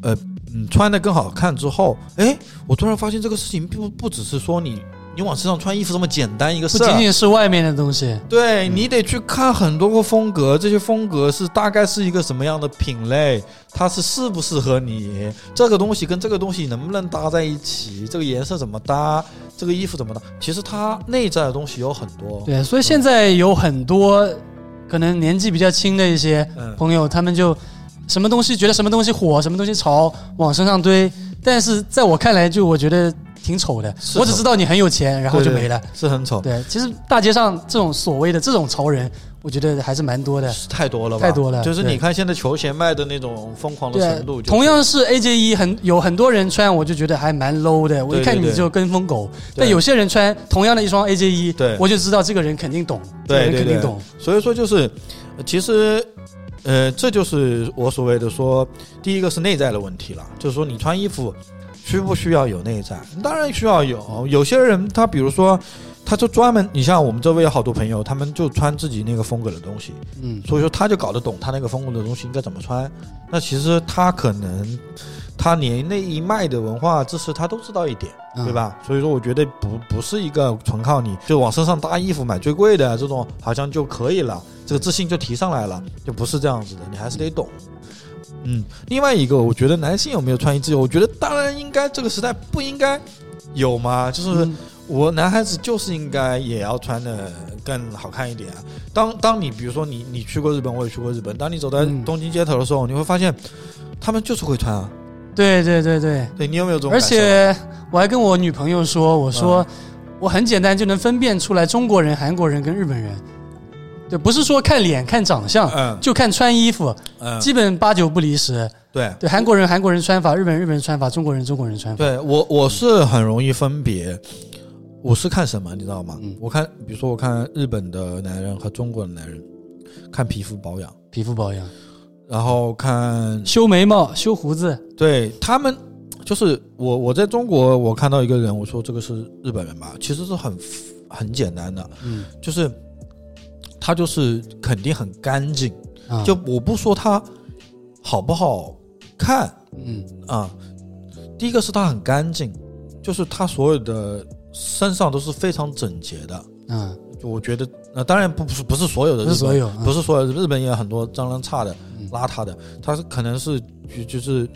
呃，嗯，穿的更好看之后，哎，我突然发现这个事情不不只是说你你往身上穿衣服这么简单一个不事儿，仅仅是外面的东西，对你得去看很多个风格，这些风格是大概是一个什么样的品类，它是适不适合你，这个东西跟这个东西能不能搭在一起，这个颜色怎么搭，这个衣服怎么搭，其实它内在的东西有很多。对，所以现在有很多可能年纪比较轻的一些嗯朋友，他们就什么东西觉得什么东西火，什么东西潮，往身上堆。但是在我看来，就我觉得挺丑的。是我只知道你很有钱，然后就对没了。是很丑，对，其实大街上这种所谓的这种潮人，我觉得还是蛮多的。是太多了吧？太多了就是对你看现在球鞋卖的那种疯狂的对程度，，就是同样是 AJ 一，很有很多人穿，我就觉得还蛮 low 的。我一对看对你对就跟风狗。对但有些人穿同样的一双 AJ 一对，我就知道这个人肯定懂，这个对人对肯定对懂。所以说就是，呃其实，呃，这就是我所谓的说，第一个是内在的问题了，就是说你穿衣服需不需要有内在？当然需要有。有些人他比如说，他就专门，你像我们周围有好多朋友，他们就穿自己那个风格的东西，嗯，所以说他就搞得懂他那个风格的东西应该怎么穿。那其实他可能，他连那一脉的文化知识他都知道一点。嗯对？吧？所以说，我觉得不不是一个纯靠你就往身上搭衣服买最贵的这种，哦好像就可以了，这个自信就提上来了，就不是这样子的，你还是得懂。嗯，另外一个，我觉得男性有没有穿衣自由？我觉得当然应该，这个时代不应该有嘛，就是嗯我男孩子就是应该也要穿的更好看一点啊。当当你比如说你你去过日本，我也去过日本，当你走在嗯东京街头的时候，你会发现他们就是会穿啊。对对对对。对你有没有这种而感受？嗯且我还跟我女朋友说，我说、我很简单就能分辨出来中国人、韩国人跟日本人，对，不是说看脸、看长相，嗯就看穿衣服，嗯，啊基本八九不离十。对。对，韩国人韩国人穿法，日本人日本人穿法，中国人中国人穿法。对我我是很容易分别，我是看什么你知道吗？嗯我看比如说我看日本的男人和中国的男人，看皮肤保养，皮肤保养、然后看修眉毛、修胡子，对他们就是我我在中国我看到一个人，我说这个是日本人吧，其实是很很简单的，嗯就是他就是肯定很干净，啊，就我不说他好不好看，嗯啊，第一个是它很干净，就是它所有的身上都是非常整洁的。啊，就我觉得，呃，当然不不是不是所有的日不本，是所有啊不是所有的日本也有很多脏乱差的、嗯邋遢的，它是可能是就就是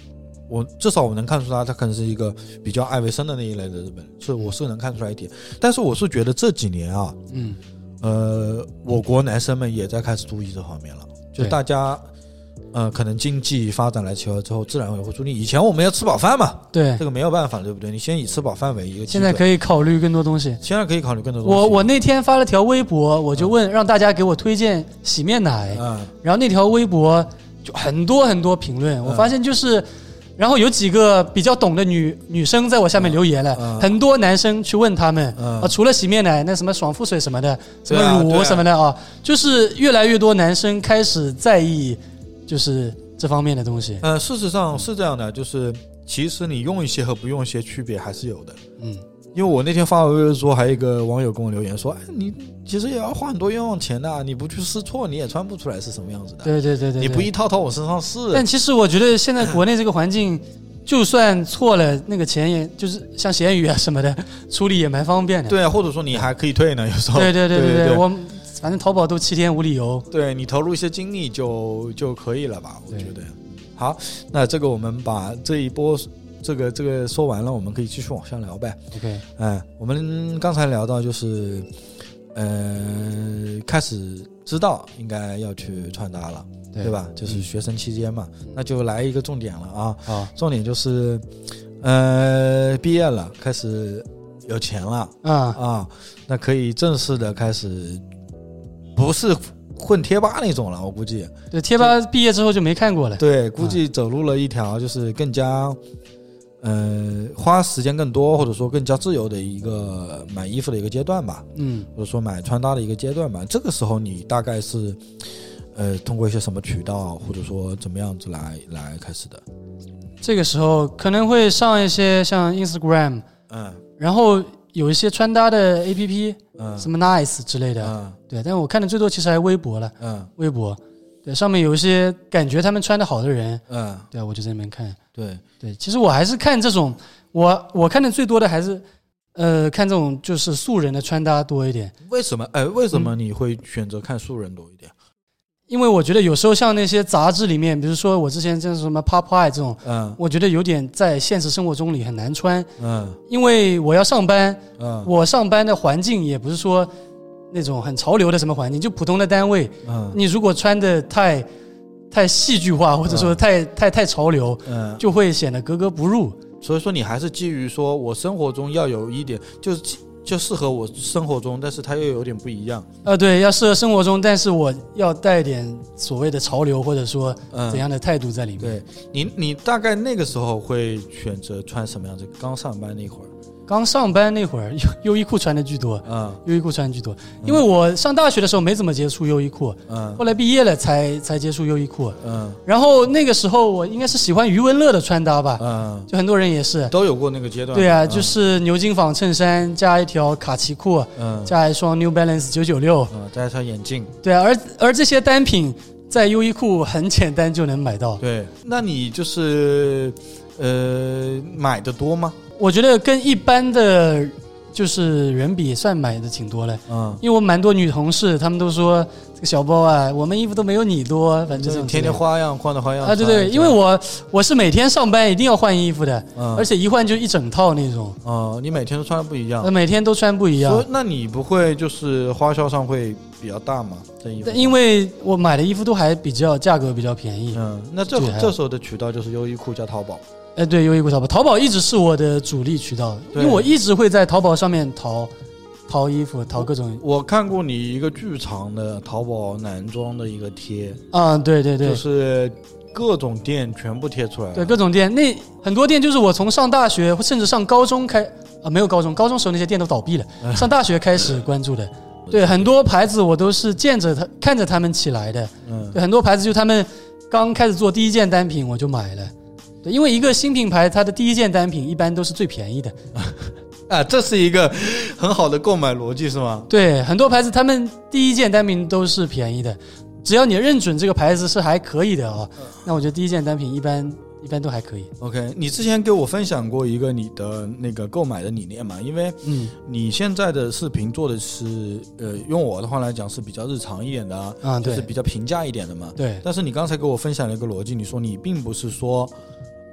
我至少我能看出来，他可能是一个比较爱卫生的那一类的日本人，是我是能看出来一点。但是我是觉得这几年啊，嗯呃，我国男生们也在开始注意这方面了，就对大家，呃，可能经济发展来契合之后，自然也会注意。以前我们要吃饱饭嘛，对这，个没有办法，对不对？你先以吃饱饭为一个基现本，在可以考虑更多东西。现在可以考虑更多东西。我我那天发了条微博，我就问让大家给我推荐洗面奶，嗯然后那条微博就很多很多评论，我嗯发现就是，然后有几个比较懂的女女生在我下面留言了，嗯很多男生去问他们嗯啊，除了洗面奶，那什么爽肤水什么的，什对啊么对乳啊什么的啊，就是越来越多男生开始在意，就是这方面的东嗯西。呃，事实上是这样的，就是其实你用一些和不用一些区别还是有的。嗯，因为我那天发完微博之后，还有一个网友跟我留言说：“哎，你其实也要花很多冤枉钱的，啊你不去试错，你也穿不出来是什么样子的。对对对对对，你不一套套往身上试，但其实我觉得现在国内这个环境，就算错了，那个钱也就是像闲鱼啊什么的，处理也蛮方便的。对啊，或者说你还可以退呢，有时候。对对对对对对我反正淘宝都七天无理由。对你投入一些精力就就可以了吧？我对觉得。好，那这个我们把这一波这个这个说完了，我们可以继续往下聊呗。 OK，嗯，我们刚才聊到就是，呃，开始知道应该要去穿搭了，对吧？就是学生期间嘛，那就来一个重点了啊。好，重点就是，呃，毕业了，开始有钱了。啊，啊，那可以正式的开始，不是混贴吧那种了，我估计。对，贴吧毕业之后就没看过了。对，估计走入了一条就是更加，呃，花时间更多，或者说更加自由的一个买衣服的一个阶段吧，嗯，或者说买穿搭的一个阶段吧。这个时候你大概是，呃，通过一些什么渠道，啊或者说怎么样子来来开始的？这个时候可能会上一些像 Instagram，嗯然后有一些穿搭的 APP，嗯什么 Nice 之类的。嗯对，但我看的最多其实还微博了，嗯微博。对，上面有一些感觉他们穿的好的人，嗯，对，啊我就在那边看。对，对，其实我还是看这种，我我看的最多的还是，呃，看这种就是素人的穿搭多一点，为什么？哎，为什么你会选择看素人多一点？因为我觉得有时候像那些杂志里面，比如说我之前像什么 Pop Eye 这种，嗯我觉得有点在现实生活中里很难穿，嗯因为我要上班，嗯，我上班的环境也不是说那种很潮流的什么环境，就普通的单位，嗯你如果穿的太太戏剧化，或者说太太太潮流，嗯，就会显得格格不入。所以说你还是基于说我生活中要有一点，就是就适合我生活中，但是它又有点不一样。啊，对，要适合生活中，但是我要带点所谓的潮流，或者说嗯，怎？样的态度在里面。对你，你大概那个时候会选择穿什么样子？刚上班那会儿，刚上班那会儿，优优衣库穿的居多，嗯优衣库穿的居多，因为我上大学的时候没怎么接触优衣库，嗯后来毕业了才才接触优衣库。嗯然后那个时候我应该是喜欢余文乐的穿搭吧， 嗯，就很多人也是。都有过那个阶段。对啊，嗯就是牛津纺衬衫加一条卡其裤，嗯加一双 New Balance 九九六。嗯，戴上眼镜。对啊，而而这些单品在优衣库很简单就能买到。对，那你就是呃买的多吗？我觉得跟一般的就是人比，算买的挺多了。嗯，因为我蛮多女同事，她们都说这个小包啊，我们衣服都没有你多，反正就这是种天天花样换的花样啊，对穿对，因为我我是每天上班一定要换衣服的，嗯而且一换就一整套那种，嗯，你每天都穿的不一样呃，。每天都穿不一所样以。那你不会就是花销上会比较大吗？这衣服？但因为我买的衣服都还比较价格比较便宜，嗯，那这对还啊这时候的渠道就是优衣库加淘宝。哎，对，优衣库、淘宝，淘宝一直是我的主力渠道，因对为我一直会在淘宝上面淘淘衣服，淘各种，我看过你一个巨长的淘宝男装的一个贴，啊，对对对，就是各种店全部贴出来了。对，各种店，那很多店就是我从上大学甚至上高中开啊、没有高中，高中时候那些店都倒闭嗯了，上大学开始关注 的。对，很多牌子我都是见着他看着他们起来的，嗯对，很多牌子就他们刚开始做第一件单品我就买了。对，因为一个新品牌，它的第一件单品一般都是最便宜的。啊，这是一个很好的购买逻辑是吗？对，很多牌子他们第一件单品都是便宜的，只要你认准这个牌子是还可以的啊、嗯那我觉得第一件单品一般一般都还可以。 OK，你之前给我分享过一个你的那个购买的理念嘛？因为嗯你现在的视频做的是，呃，用我的话来讲是比较日常一点的啊，啊，就是对比较平价一点的嘛。对但是你刚才给我分享了一个逻辑，你说你并不是说，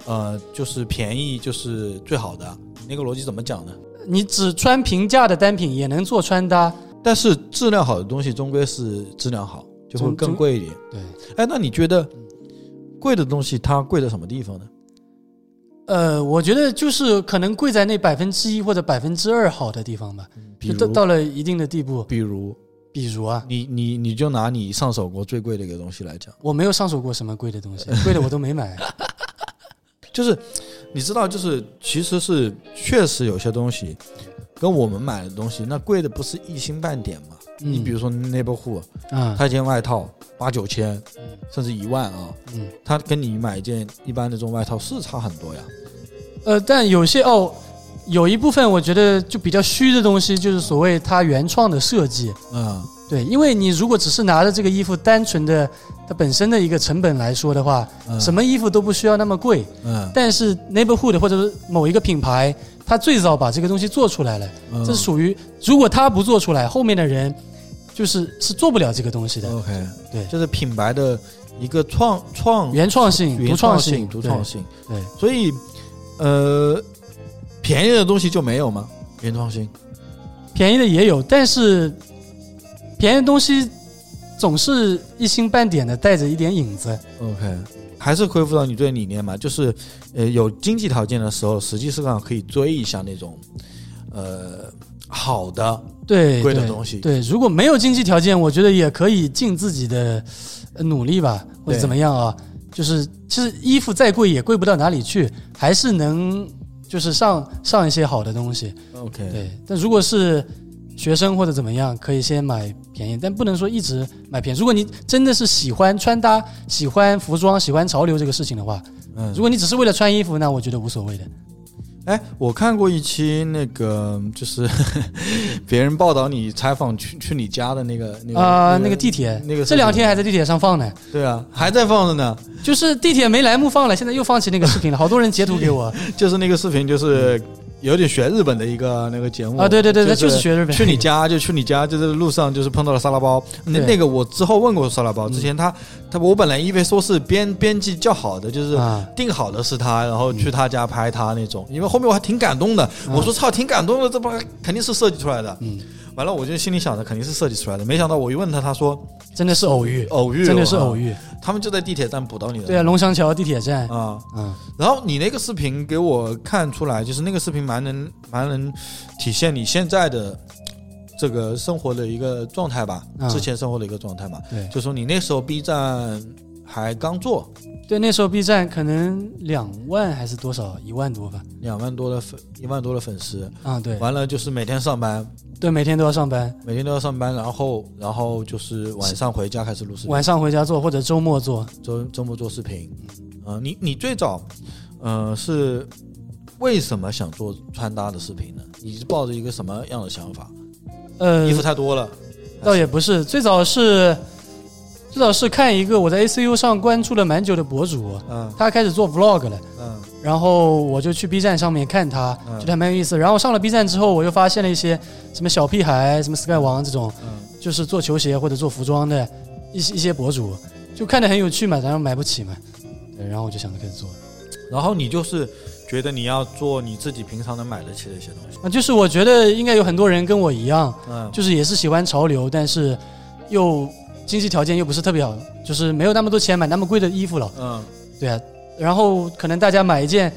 呃，就是便宜就是最好的，你那个逻辑怎么讲呢？你只穿平价的单品也能做穿搭，但是质量好的东西终归是质量好，就会终更终贵一点。对，哎，那你觉得贵的东西它贵在什么地方呢？呃，我觉得就是可能贵在那百分之一或者百分之二好的地方吧，比就到如，到了一定的地步，比如比如啊，你你你就拿你上手过最贵的一个东西来讲，我没有上手过什么贵的东 西，贵的我都没买。就是你知道，就是其实是确实有些东西跟我们买的东西，那贵的不是一星半点嘛。你嗯比如说 neighborhood，啊，他一件外套八九千，甚至一万啊，嗯，他跟你买一件一般的这种外套是差很多呀。呃，但有些哦，有一部分我觉得就比较虚的东西，就是所谓它原创的设计。嗯对，因为你如果只是拿着这个衣服单纯的它本身的一个成本来说的话，嗯什么衣服都不需要那么贵。嗯但是 neighborhood 或者是某一个品牌，它最早把这个东西做出来了，嗯，这是属于如果它不做出来，后面的人就是是做不了这个东西的。 OK，对就是品牌的一个创创原创性、独原创创性、独创性，对，对所以呃，便宜的东西就没有吗？原创性，便宜的也有，但是便宜的东西总是一星半点的带着一点影子。 OK，还是恢复到你对理念嘛，就是呃有经济条件的时候，实际上可以追一下那种呃好的，对，贵的对东西对，如果没有经济条件，我觉得也可以尽自己的呃努力吧，或者对怎么样啊？就是其实衣服再贵也贵不到哪里去，还是能就是上上一些好的东西。 OK 对，但如果是学生或者怎么样，可以先买便宜，但不能说一直买便宜。如果你真的是喜欢穿搭、喜欢服装、喜欢潮流这个事情的话，嗯如，果你只是为了穿衣服，那我觉得无所谓的。哎，我看过一期那个就是 别人报道你采访去去你家的那个那个啊、那个地铁，那个这两天还在地铁上放呢。对啊还在放着呢，就是地铁没栏目放了，现在又放起那个视频了，好多人截图给我就是那个视频就是。有点学日本的一个那个节目嗯啊，对对对，他就就是学日本，去你家就去你家，就是路上就是碰到了沙拉包。那对嗯那个我之后问过沙拉包，之前他他我本来以为说是编编辑较好的，就是啊嗯定好的是他，然后去他家拍他那种。因为后面我还挺感动的，我说操，挺感动的，这不肯定是设计出来的。啊嗯，完了我就心里想着肯定是设计出来的，没想到我一问他，他说真的是偶遇， 偶遇，哦真的是偶。遇。他们就在地铁站捕到你的。对啊，龙翔桥地铁站，啊，嗯，然后你那个视频给我看出来，就是那个视频蛮能蛮能体现你现在的这个生活的一个状态吧，嗯之前生活的一个状态嘛。对就说你那时候 B 站还刚做对，那时候 B 站可能两万还是多少，一万多吧。两万多的粉，一万多的粉丝，啊，对，完了就是每天上班，对，每天都要上班，每天都要上班，然后然后就是晚上回家开始录视频，晚上回家做或者周末做。周周末做视频。嗯啊、你你最早，呃，是为什么想做穿搭的视频呢？你是抱着一个什么样的想法？呃衣，服太多了。倒也不是，最早是最早是看一个我在 ACU 上关注了蛮久的博主，嗯他开始做 vlog 了。嗯然后我就去 B 站上面看他，嗯觉得还蛮有意思。然后上了 B 站之后，我又发现了一些什么小屁孩、什么 Sky 王这种，嗯，就是做球鞋或者做服装的一些一些博主，就看着很有趣嘛，然后买不起嘛，对，然后我就想着开始做。然后你就是觉得你要做你自己平常能买得起的一些东西。啊，就是我觉得应该有很多人跟我一样，嗯，就是也是喜欢潮流，但是又经济条件又不是特别好，就是没有那么多钱买那么贵的衣服了。嗯对啊，然后可能大家买一件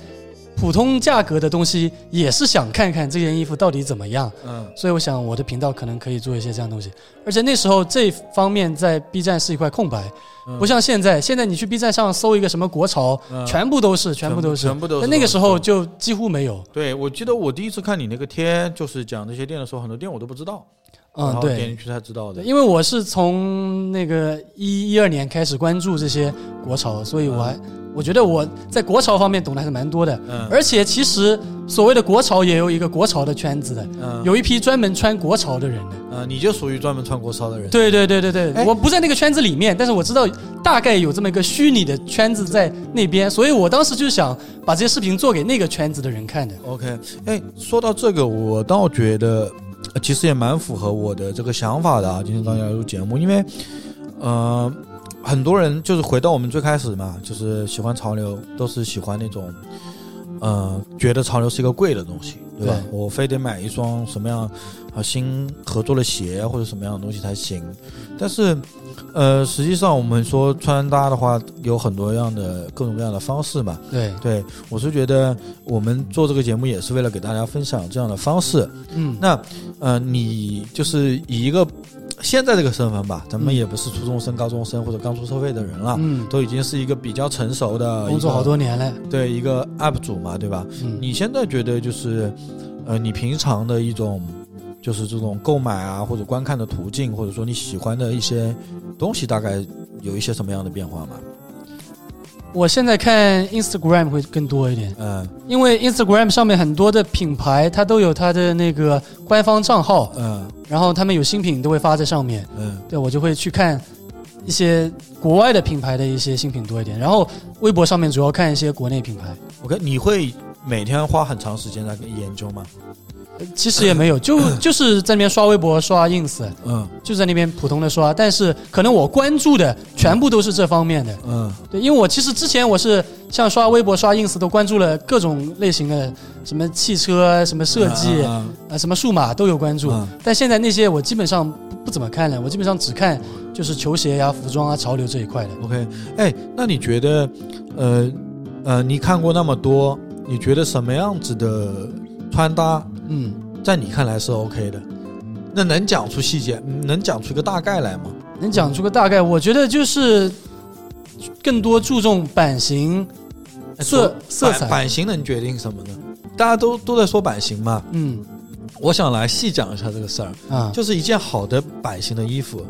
普通价格的东西，也是想看看这件衣服到底怎么样。嗯所以我想我的频道可能可以做一些这样的东西，而且那时候这方面在 B 站是一块空白，嗯不像现在，现在你去 B 站上搜一个什么国潮，嗯全部都是，全部都是。全部都是。但那个时候，就几乎没有，对我记得我第一次看你那个贴，就是讲这些店的时候，很多店我都不知道，然嗯，后点对，进去才知道的。因为我是从那个一一二年开始关注这些国潮，所以我还我觉得我在国潮方面懂得还是蛮多的，嗯而且其实所谓的国潮也有一个国潮的圈子的，嗯有一批专门穿国潮的人的。嗯，你就属于专门穿国潮的人。对对对对对，哎我不在那个圈子里面，但是我知道大概有这么一个虚拟的圈子在那边，所以我当时就想把这些视频做给那个圈子的人看的。 OK，哎，说到这个，我倒觉得呃其实也蛮符合我的这个想法的啊。今天大家录节目，因为，呃，很多人就是回到我们最开始嘛，就是喜欢潮流，都是喜欢那种，呃，觉得潮流是一个贵的东西，对吧？对我非得买一双什么样啊新合作的鞋啊或者什么样的东西才行。但是，呃，实际上我们说穿搭的话，有很多样的各种各样的方式嘛。对，对，我是觉得我们做这个节目也是为了给大家分享这样的方式。嗯，那，呃，你就是以一个现在这个身份吧，咱嗯们也不是初中生、高中生或者刚出社会的人了，嗯，都已经是一个比较成熟的啊一工作个好多年了，对一个 UP 主嘛，对吧？嗯，你现在觉得就是，呃，你平常的一种就是这种购买啊，或者观看的途径，或者说你喜欢的一些东西，大概有一些什么样的变化吗？我现在看 Instagram 会更多一点，嗯因为 Instagram 上面很多的品牌它都有它的那个官方账号，嗯然后他们有新品都会发在上面。嗯对我就会去看一些国外的品牌的一些新品多一点，然后微博上面主要看一些国内品牌。 ，OK，你会每天花很长时间在研究吗？呃其实也没有，就 就是在那边刷微博、刷 ins，嗯就在那边普通的刷。但是可能我关注的全部都是这方面的，嗯对，因为我其实之前我是像刷微博、刷 ins 都关注了各种类型的，什么汽车、什么设计啊、嗯呃什么数码都有关注。嗯但现在那些我基本上不不怎么看了，我基本上只看就是球鞋呀、服装啊、潮流这一块的。 OK，哎，那你觉得，呃呃，你看过那么多，你觉得什么样子的穿搭嗯。在你看来是 OK 的？那能讲出细节，能讲出一个大概来吗？能讲出个大概，我觉得就是更多注重版型、哎色色说版彩。版型能决定什么呢？大家都都在说版型嘛，嗯我想来细讲一下这个事儿，啊，就是一件好的版型的衣服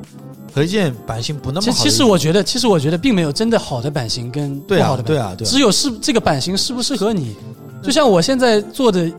和一件版型不那么其好实的衣服。其实我觉得，其实我觉得并没有真的好的版型跟不对好啊的版型，对啊对啊只有是这个版型适不适合你。就像我现在做的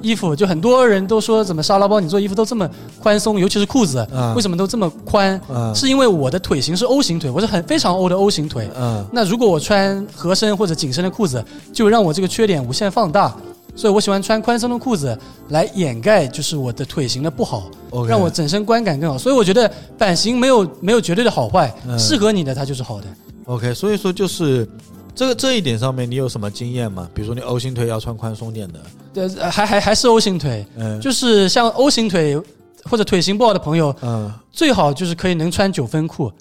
衣服，就很多人都说怎么沙拉包你做衣服都这么宽松，尤其是裤子、嗯为什么都这么宽？嗯是因为我的腿型是 O 型腿，我是很非常 O 的 O 型腿。嗯那如果我穿合身或者紧身的裤子，就让我这个缺点无限放大。所以我喜欢穿宽松的裤子来掩盖，就是我的腿型的不好 OK 让我整身观感更好。所以我觉得版型没有没有绝对的好坏，嗯适合你的它就是好的。 OK，所以说就是这个这一点上面，你有什么经验吗？比如说你 O 型腿要穿宽松点的，对，呃还还还是 O 型腿，嗯，就是像 O 型腿或者腿型不好的朋友，嗯最好就是可以能穿九分裤，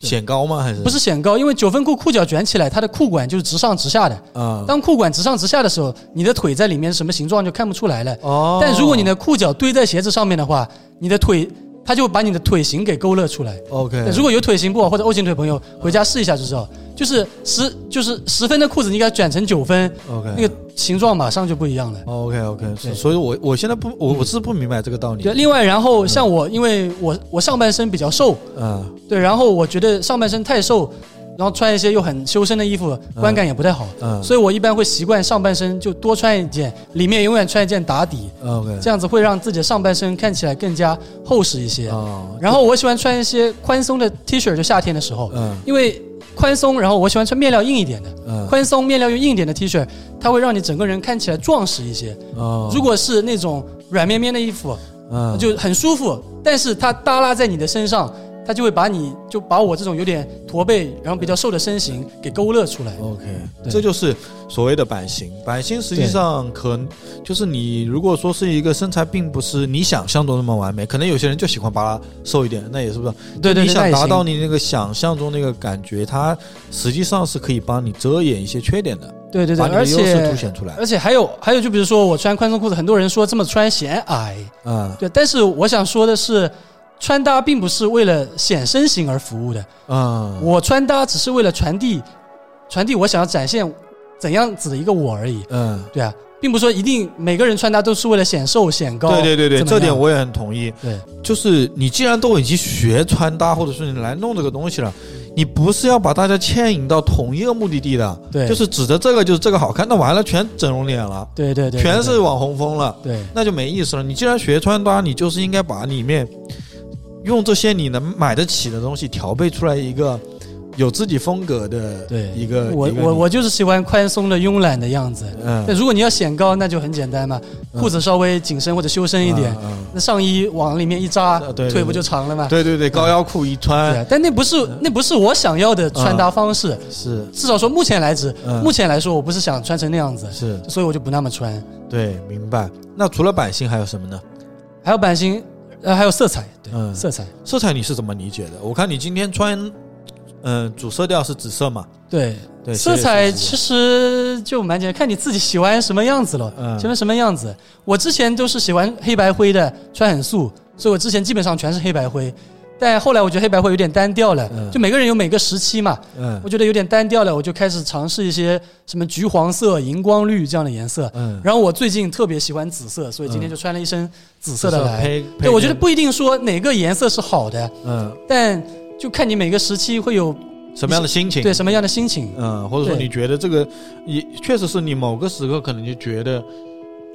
显高吗？还是不是显高，因为九分裤裤脚卷起来，它的裤管就是直上直下的。啊？当裤管直上直下的时候，你的腿在里面什么形状就看不出来了。哦，但如果你的裤脚堆在鞋子上面的话，你的腿它就把你的腿型给勾勒出来。 OK，如果有腿型不好或者 O 型腿朋友，回家试一下就知道，就是十就是十分的裤子，你给它卷成九分， OK 那个形状马上就不一样了。 OK OK，对所以我我现在不我我是不明白这个道理。对，另外然后像我，因为我我上半身比较瘦，嗯对，然后我觉得上半身太瘦，然后穿一些又很修身的衣服，观感也不太好，嗯所以我一般会习惯上半身就多穿一件，里面永远穿一件打底，嗯，OK，这样子会让自己的上半身看起来更加厚实一些。啊，然后我喜欢穿一些宽松的 T 恤，就夏天的时候，嗯因为宽松，然后我喜欢穿面料硬一点的，嗯宽松面料又硬一点的 T 恤，它会让你整个人看起来壮实一些。啊，如果是那种软绵绵的衣服，嗯就很舒服，但是它耷拉在你的身上，它就会把你就把我这种有点驼背，然后比较瘦的身形给勾勒出来。 OK，对嗯这就是所谓的版型。版型实际上可能就是你如果说是一个身材并不是你想象中那么完美，可能有些人就喜欢把它瘦一点，那也是不是？对对对，你那想也达行到你那个想象中那个感觉，它实际上是可以帮你遮掩一些缺点的，对对对，把你的而优势凸且显出来。而且还有还有就比如说我穿宽松裤子，很多人说这么穿显矮。啊对，但是我想说的是，穿搭并不是为了显身形而服务的，啊，我穿搭只是为了传递，传递我想要展现怎样子的一个我而已。嗯，对啊，并不是说一定每个人穿搭都是为了显瘦显高。对对对对，怎么这样点我也很同意。对就是你既然都已经学穿搭，或者说你来弄这个东西了，你不是要把大家牵引到同一个目的地的，对就是指着这个就是这个好看，那完了全整容脸了，对对对，全是网红风了，对那就没意思了。你既然学穿搭，你就是应该把里面用这些你能买得起的东西调配出来一个有自己风格的对一个我一个我你我就是喜欢宽松的慵懒的样子。嗯但如果你要显高，那就很简单嘛，裤子稍微紧身或者修身一点嗯，嗯那上衣往里面一扎对对，对腿不就长了嘛？对 嗯对对，高腰裤一对穿啊，但那不是那不是我想要的穿搭方式。是至少说目前来之，嗯目前来说，我不是想穿成那样子，是，所以我就不那么穿。对，明白。那除了版型还有什么呢？还有版型，呃，还有色彩，对，嗯色彩，色彩你是怎么理解的？我看你今天穿，嗯、主色调是紫色嘛？对，对，色彩其实实就蛮简单，看你自己喜欢什么样子了，嗯喜欢什么样子。我之前都是喜欢黑白灰的，穿很素，所以我之前基本上全是黑白灰。但后来我觉得黑白灰有点单调了，嗯就每个人有每个时期嘛，嗯我觉得有点单调了，我就开始尝试一些什么橘黄色、荧光绿这样的颜色。嗯，然后我最近特别喜欢紫色，所以今天就穿了一身紫色的来。配对，我觉得不一定说哪个颜色是好的，嗯但就看你每个时期会有什么样的心情？对什么样的心情？嗯，或者说对你觉得这个也确实是你某个时刻可能就觉得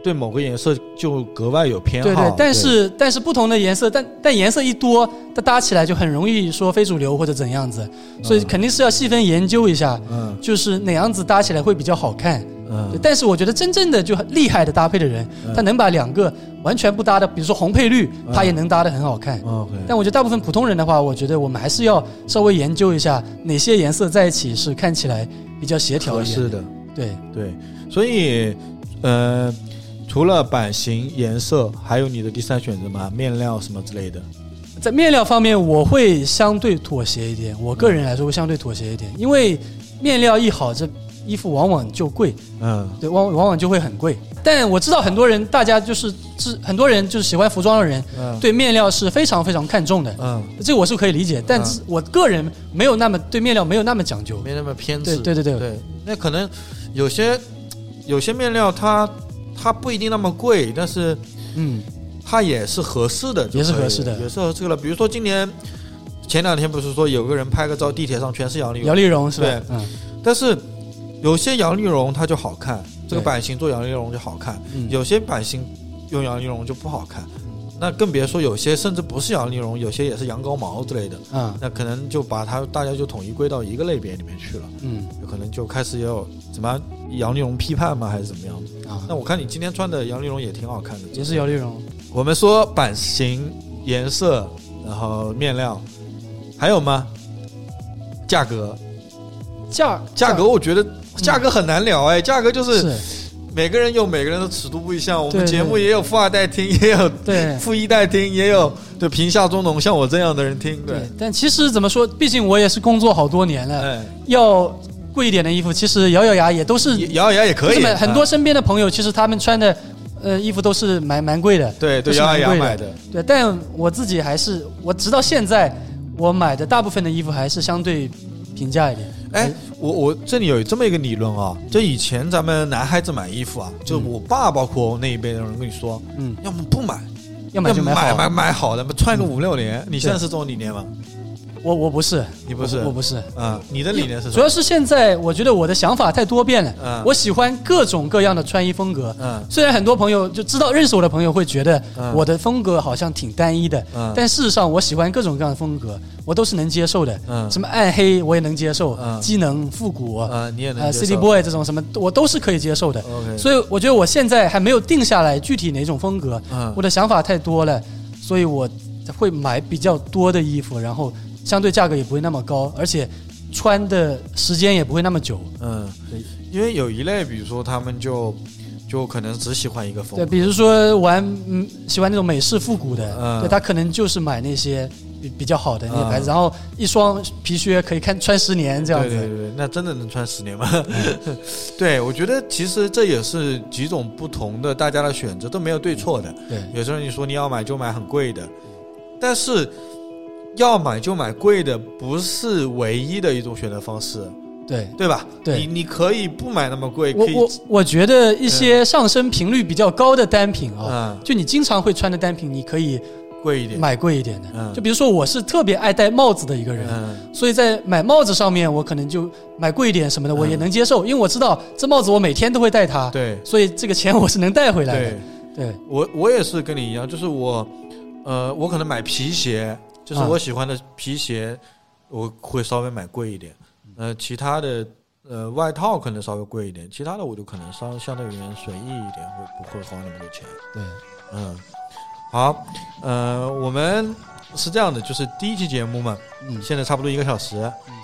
对某个颜色就格外有偏对好，对，但是但是不同的颜色，但但颜色一多，它搭起来就很容易说非主流或者怎样子，所以肯定是要细分研究一下，嗯就是哪样子搭起来会比较好看。对嗯但是我觉得真正的就很厉害的搭配的人，他能把两个完全不搭的，比如说红配绿，嗯他也能搭的很好看。哦，OK，但我觉得大部分普通人的话，我觉得我们还是要稍微研究一下哪些颜色在一起是看起来比较协调合一适点。的，对，对，所以呃，除了版型、颜色，还有你的第三选择嘛，面料什么之类的，在面料方面，我会相对妥协一点。我个人来说会相对妥协一点，因为面料一好，这衣服往往就贵，嗯对，往往往就会很贵。但我知道很多人，大家就是是很多人就是喜欢服装的人，嗯对面料是非常非常看重的。嗯，这个我是可以理解，但是我个人没有那么对面料没有那么讲究。没那么偏对对对对，对，那可能有些有些面料它它不一定那么贵，但是嗯，它也是合适的就可以了，也是合适的也是合适的。比如说今年前两天不是说有个人拍个照，地铁上全是杨丽摇绒，粒绒是吧对？嗯但是有些杨丽绒它就好看，这个对版型做杨丽绒就好看，嗯，有些版型用杨丽绒就不好看。那更别说有些甚至不是羊丽绒，有些也是羊羔毛之类的，啊那可能就把它大家就统一归到一个类别里面去了，嗯有可能就开始要怎么羊丽绒批判吗，还是怎么样？啊那，我看你今天穿的羊丽绒也挺好看的，也是摇粒绒。我们说版型、颜色，然后面料，还有吗？价格，价嗯价格，我觉得价格很难聊哎，价格就是是每个人有每个人的尺度不一样。我们对节目对也有富二代听，也有对富一代听，也有对贫下中农像我这样的人听。对对，，但其实怎么说，毕竟我也是工作好多年了，哎，要贵一点的衣服，其实咬咬牙也都是也咬咬牙也可就是以，买很多啊身边的朋友，其实他们穿的呃衣服都是蛮蛮贵的，对都对是咬咬蛮牙贵买的。的。对，但我自己还是，我直到现在，我买的大部分的衣服还是相对平价一点。哎，我我这里有这么一个理论啊，就以前咱们男孩子买衣服啊，就嗯我爸包括我那一辈的人跟你说，嗯，要么不买。要买就买买好。嗯买买好的，穿个五六年。你现在是这种理念吗？我我不是，你不是我我不是。啊，你的理念是什主么？要是现在我觉得我的想法太多变了，嗯我喜欢各种各样的穿衣风格。嗯虽然很多朋友就知道认识我的朋友会觉得嗯我的风格好像挺单一的，嗯但事实上我喜欢各种各样的风格，我都是能接受的。嗯什么暗黑我也能接受，嗯机能复古，啊，你也能呃接，City 受。 Boy 这种什么，我都是可以接受的。 OK 所以我觉得我现在还没有定下来具体哪种风格，嗯我的想法太多了，所以我会买比较多的衣服，然后相对价格也不会那么高，而且穿的时间也不会那么久。嗯，因为有一类，比如说他们就就可能只喜欢一个风对，格。比如说玩嗯喜欢那种美式复古的，嗯对他可能就是买那些比比较好的那些牌子，嗯然后一双皮靴可以看穿嗯十年这样对子。对对对，那真的能穿十年吗？ 对，我觉得其实这也是几种不同的大家的选择，都没有对错的。对有时候你说你要买就买很贵的，但是要买就买贵的不是唯一的一种选择方式。对对吧？对你你可以不买那么贵，可我以我我觉得一些上升频率比较高的单品啊、嗯就你经常会穿的单品，你可以贵一点，买贵一点的。嗯就比如说，我是特别爱戴帽子的一个人，嗯所以在买帽子上面，我可能就买贵一点什么的，我也能接受，因为我知道这帽子我每天都会戴它，对所以这个钱我是能带回来的对。，对，我我也是跟你一样，就是我呃，我可能买皮鞋，就是啊我喜欢的皮鞋，我会稍微买贵一点，嗯呃，其他的。呃，外套可能稍微贵一点，其他的我就可能稍相对于随意一点，会不会花那么多钱？对，嗯，好，呃，我们是这样的，就是第一期节目嘛，嗯现在差不多一个小时，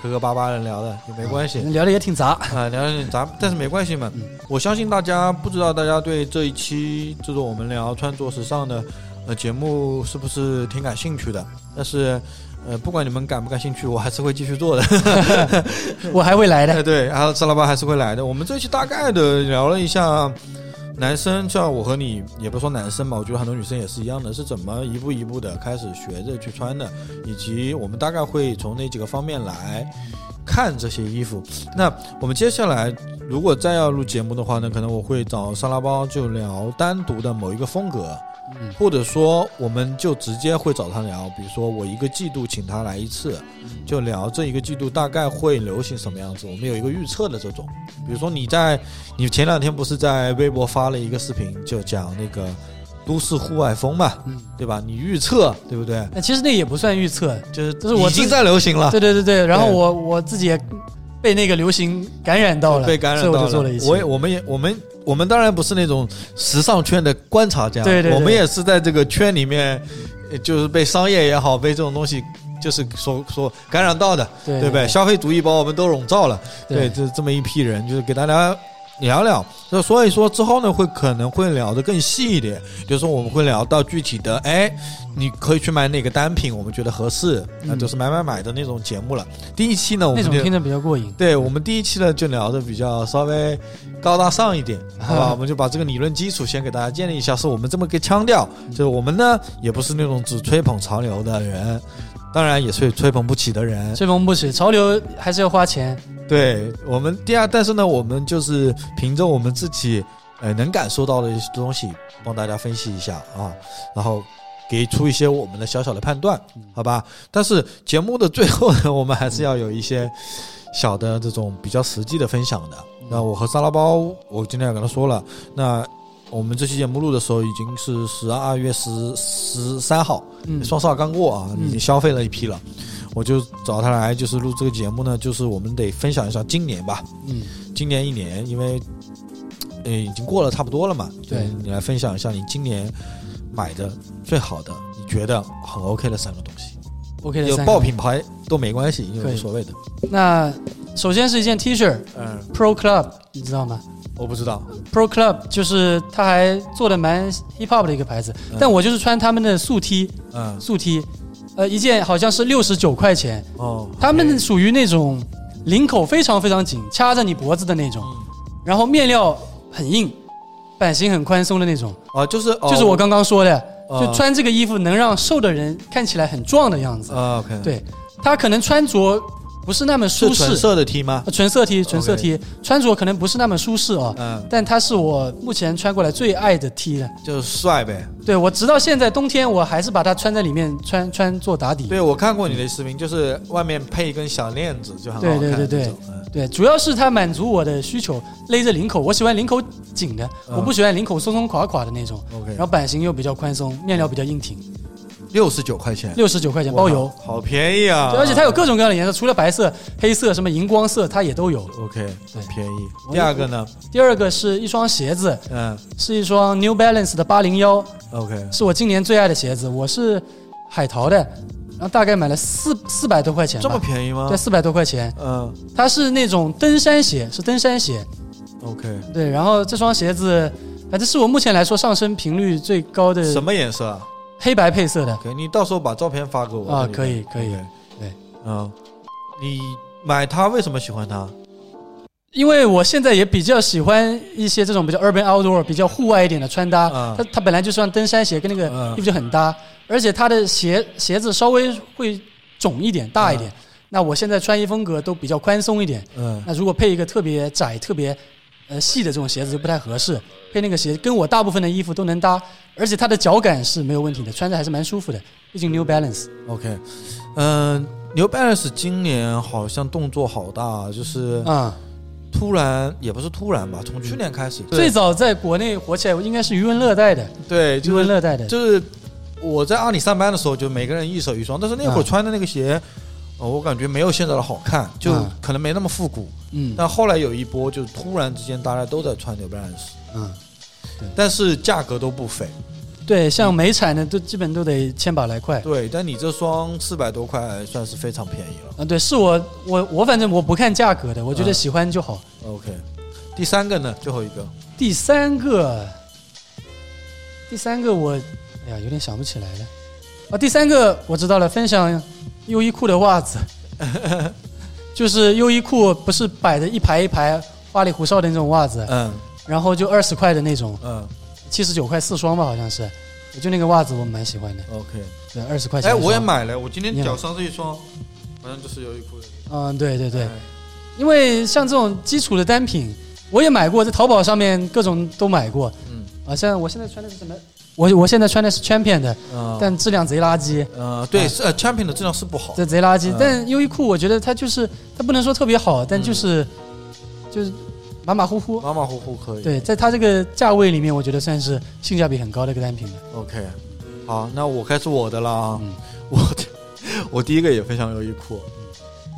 磕磕巴巴的聊的也没关系，聊的也挺杂。 啊，聊聊咱们，但是没关系嘛。我相信大家不知道，大家对这一期就是我们聊穿着时尚的呃节目是不是挺感兴趣的？但是呃，不管你们感不感兴趣，我还是会继续做的。 我还会来的。哎，对，然后张老板还是会来的。我们这一期大概的聊了一下。男生像我和你，也不说男生吧，我觉得很多女生也是一样的，是怎么一步一步的开始学着去穿的，以及我们大概会从哪几个方面来看这些衣服。那我们接下来如果再要录节目的话呢，可能我会找沙拉包就聊单独的某一个风格，嗯或者说我们就直接会找他聊，比如说我一个季度请他来一次，就聊这一个季度大概会流行什么样子，我们有一个预测的这种。比如说你在你前两天不是在微博发了一个视频，就讲那个都市户外风嘛，嗯对吧？你预测对不对？那其实那也不算预测，就是这是我已自经在流行了，对对对对，然后对我我自己也被那个流行感染到了，被感染到所以我就做了一期。我也我们也我们我们当然不是那种时尚圈的观察家，啊对对对我们也是在这个圈里面，呃就是被商业也好，被这种东西就是所所感染到的，对对不对？消费主义把我们都笼罩了，对对，这这么一批人，就是给大家。聊聊，那所以说之后呢，会可能会聊得更细一点，就是说我们会聊到具体的，哎，你可以去买哪个单品，我们觉得合适，那嗯就是买买买的那种节目了。第一期呢，我那们种就听着比较过瘾。对我们第一期呢，就聊的比较稍微高大上一点，好吧？啊我们就把这个理论基础先给大家建立一下，是我们这么个腔调，就是我们呢也不是那种只吹捧潮流的人，当然也是吹捧不起的人。吹风不起，潮流还是要花钱。对我们第二，但是呢，我们就是凭着我们自己呃能感受到的一些东西，帮大家分析一下啊，然后。给出一些我们的小小的判断，好吧？但是节目的最后呢，我们还是要有一些小的这种比较实际的分享的。那我和沙拉包，我今天也跟他说了，那我们这期节目录的时候已经是十二月十十三号，嗯，双十二刚过啊，嗯已经消费了一批了。我就找他来，就是录这个节目呢，就是我们得分享一下今年吧，嗯，今年一年，因为呃已经过了差不多了嘛，对就是你来分享一下你今年买的最好的，你觉得很 OK 的三个东西， ，OK 的有三个。嗯爆品牌都没关系，因为可以无所谓的。那首先是一件 T 恤嗯， ，Pro Club，你知道吗我不知道， ？Pro Club 就是它还做的蛮 hip hop 的一个牌子，嗯但我就是穿他们的素 T，嗯，素 T，呃，一件好像是六十九块钱，哦，他们属于那种领口非常非常紧，掐着你脖子的那种，嗯然后面料很硬，版型很宽松的那种，啊，就是哦就是我刚刚说的，哦就穿这个衣服能让瘦的人看起来很壮的样子。啊，OK，，对他可能穿着不是那么是舒纯适，色的 T 吗？呃纯色 T 纯色 T 穿着可能不是那么舒适哦，嗯，但它是我目前穿过来最爱的 T 了。就是帅呗。对我直到现在冬天我还是把它穿在里面穿穿做打底。对，我看过你的视频，就是外面配一根小链子，就很好对看对对那种嗯对，主要是它满足我的需求，勒着领口，我喜欢领口紧的，嗯我不喜欢领口松松垮垮的那种。 OK，然后版型又比较宽松，面料比较硬挺，六十九块钱，六十九块钱哇包邮。好便宜啊！对，而且它有各种各样的颜色，除了白色、黑色、什么荧光色，它也都有。 OK，很便宜。我第二个呢，第二个是一双鞋子，嗯是一双 New Balance 的八零幺， ，OK，是我今年最爱的鞋子。我是海淘的，然后大概买了四四百多块钱吧，这么便宜吗对，？四百多块钱。嗯它是那种登山鞋，是登山鞋。 ，OK，对，然后这双鞋子，反正是我目前来说上身频率最高的什么颜色啊黑白配色的。 ？OK，你到时候把照片发给我啊这里可以可以 OK 对，嗯，你买它为什么喜欢它？因为我现在也比较喜欢一些这种比较 urban outdoor、比较户外一点的穿搭，嗯它它本来就是像登山鞋，跟那个嗯衣服就很搭，而且它的鞋鞋子稍微会肿一点、大一点。那我现在穿衣风格都比较宽松一点，嗯那如果配一个特别窄、特别呃细的这种鞋子就不太合适，配那个鞋跟我大部分的衣服都能搭，而且它的脚感是没有问题的，穿着还是蛮舒服的，毕嗯竟 New Balance。 ，OK，嗯，New Balance 今年好像动作好大，就是啊、突然也不是突然吧，从去年开始，最早在国内火起来应该是余文乐带的，对，余就是文乐带的，就是我在阿里上班的时候，就每个人一手一双，但是那会儿啊穿的那个鞋，呃我感觉没有现在的好看，就啊可能没那么复古。嗯但后来有一波，就突然之间大家都在穿 New Balance，嗯。但是价格都不菲。对，像美产的都基本都得千把来块。对，但你这双四百多块算是非常便宜了。啊，对，是我我我反正我不看价格的，我觉得嗯喜欢就好。 OK，第三个呢，最后一个，第三个，第三个我，哎呀，有点想不起来了。啊，第三个我知道了，分享优衣库的袜子， 就是优衣库不是摆的一排一排花里胡哨的那种袜子，嗯然后就二十块的那种，嗯七十九块四双吧，好像是。我就那个袜子我蛮喜欢的，嗯，OK，对，二十块钱。哎，我也。买了，我今天你买脚上这一双，好像就是优衣库的。嗯，对对对哎。，因为像这种基础的单品，我也买过，在淘宝上面各种都买过。嗯嗯，啊，像我现在穿的是什么我我现在穿的是 Champion 的，嗯但啊质量贼垃圾，呃，对，是呃，Champion 的质量是不好这，贼垃圾。嗯但优衣库我觉得它就是它不能说特别好，但就是、就是马马虎虎。马马虎虎可以。对，在它这个价位里面，我觉得算是性价比很高的一个单品了。 OK，好，那我开始我的了啊，嗯 我的我第一个也分享优衣库，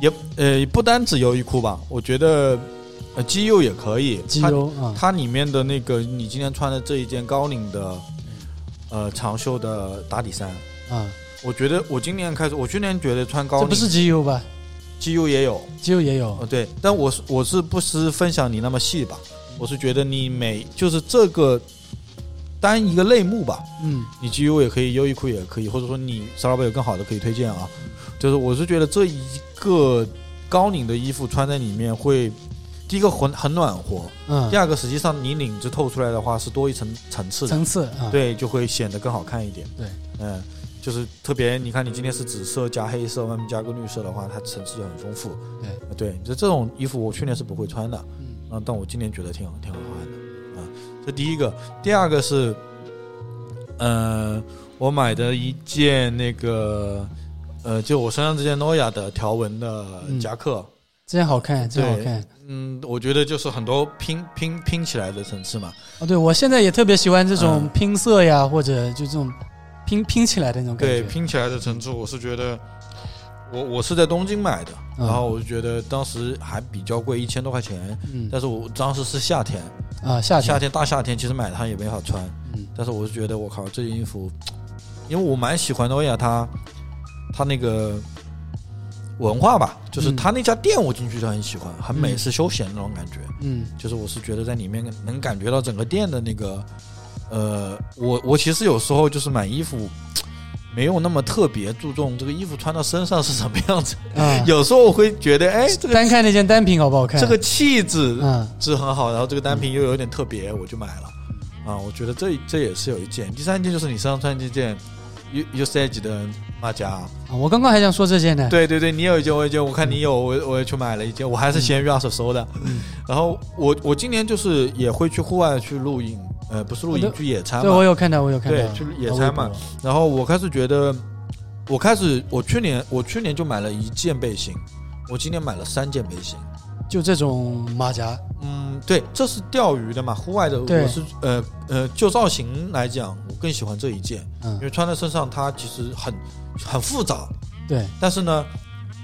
也呃不单指优衣库吧，我觉得呃 GU 也可以机它油啊，它里面的那个你今天穿的这一件高领的呃长袖的打底衫，啊，我觉得我今年开始，我去年觉得穿高这领不是机油吧？ GU 也有，机油也有呃，对，但我是我是不是分享你那么细吧，我是觉得你每就是这个单一个类目吧，嗯，你 GU 也可以，优衣库也可以，或者说你 s a r b 有更好的可以推荐啊。就是我是觉得这一个高领的衣服穿在里面会，第一个很很暖和，嗯第，二个实际上你领子透出来的话是多一层层次的，层次啊，，对，就会显得更好看一点。对，嗯，就是特别你看你今天是紫色加黑色，外面加个绿色的话，它层次就很丰富。对对，对，就这种衣服我去年是不会穿的，嗯啊，但我今年觉得挺好，挺好看的啊。这第一个，第二个是，呃，我买的一件那个，呃，就我身上这件诺亚的条纹的嗯夹克，真好看，真好对看。嗯我觉得就是很多拼拼拼起来的层次嘛，哦，对我现在也特别喜欢这种嗯拼色呀，或者就这种拼拼起来的那种感对，觉。拼起来的层次，我是觉得。我我是在东京买的，嗯然后我就觉得当时还比较贵，一千多块钱。嗯但是我当时是夏天，啊，夏夏天，天大夏天，其实买它也没法穿。嗯但是我是觉得，我靠，这件衣服，因为我蛮喜欢诺亚它它那个文化吧，就是嗯它那家店我进去就很喜欢，很美嗯式休闲那种感觉。嗯就是我是觉得在里面能感觉到整个店的那个，呃，我我其实有时候就是买衣服。没有那么特别注重这个衣服穿到身上是什么样子，啊，有时候我会觉得，哎，这个单看那件单品好不好看？这个气质，嗯质很好，然后这个单品又有点特别，我就买了。嗯啊，我觉得这这也是有一件。第三件就是你身上穿这件 U U C G 的马甲，啊，我刚刚还想说这件呢。对对对，你有一件，我有一件，我看你有，我我也去买了一件，我还是闲鱼二手收的。嗯然后我我今年就是也会去户外去露营，呃，不是露我营，都去野餐哦对，我嘛。有看到，我有看到。对就是野啊餐嘛。微博然后我开始觉得，我开始我去年我去年就买了一件背心，我今年买了三件背心。就这种马甲，嗯，对，这是钓鱼的嘛，户外的。对我是呃呃，就造型来讲，我更喜欢这一件，因嗯，为穿在身上它其实很很复杂，对，但是呢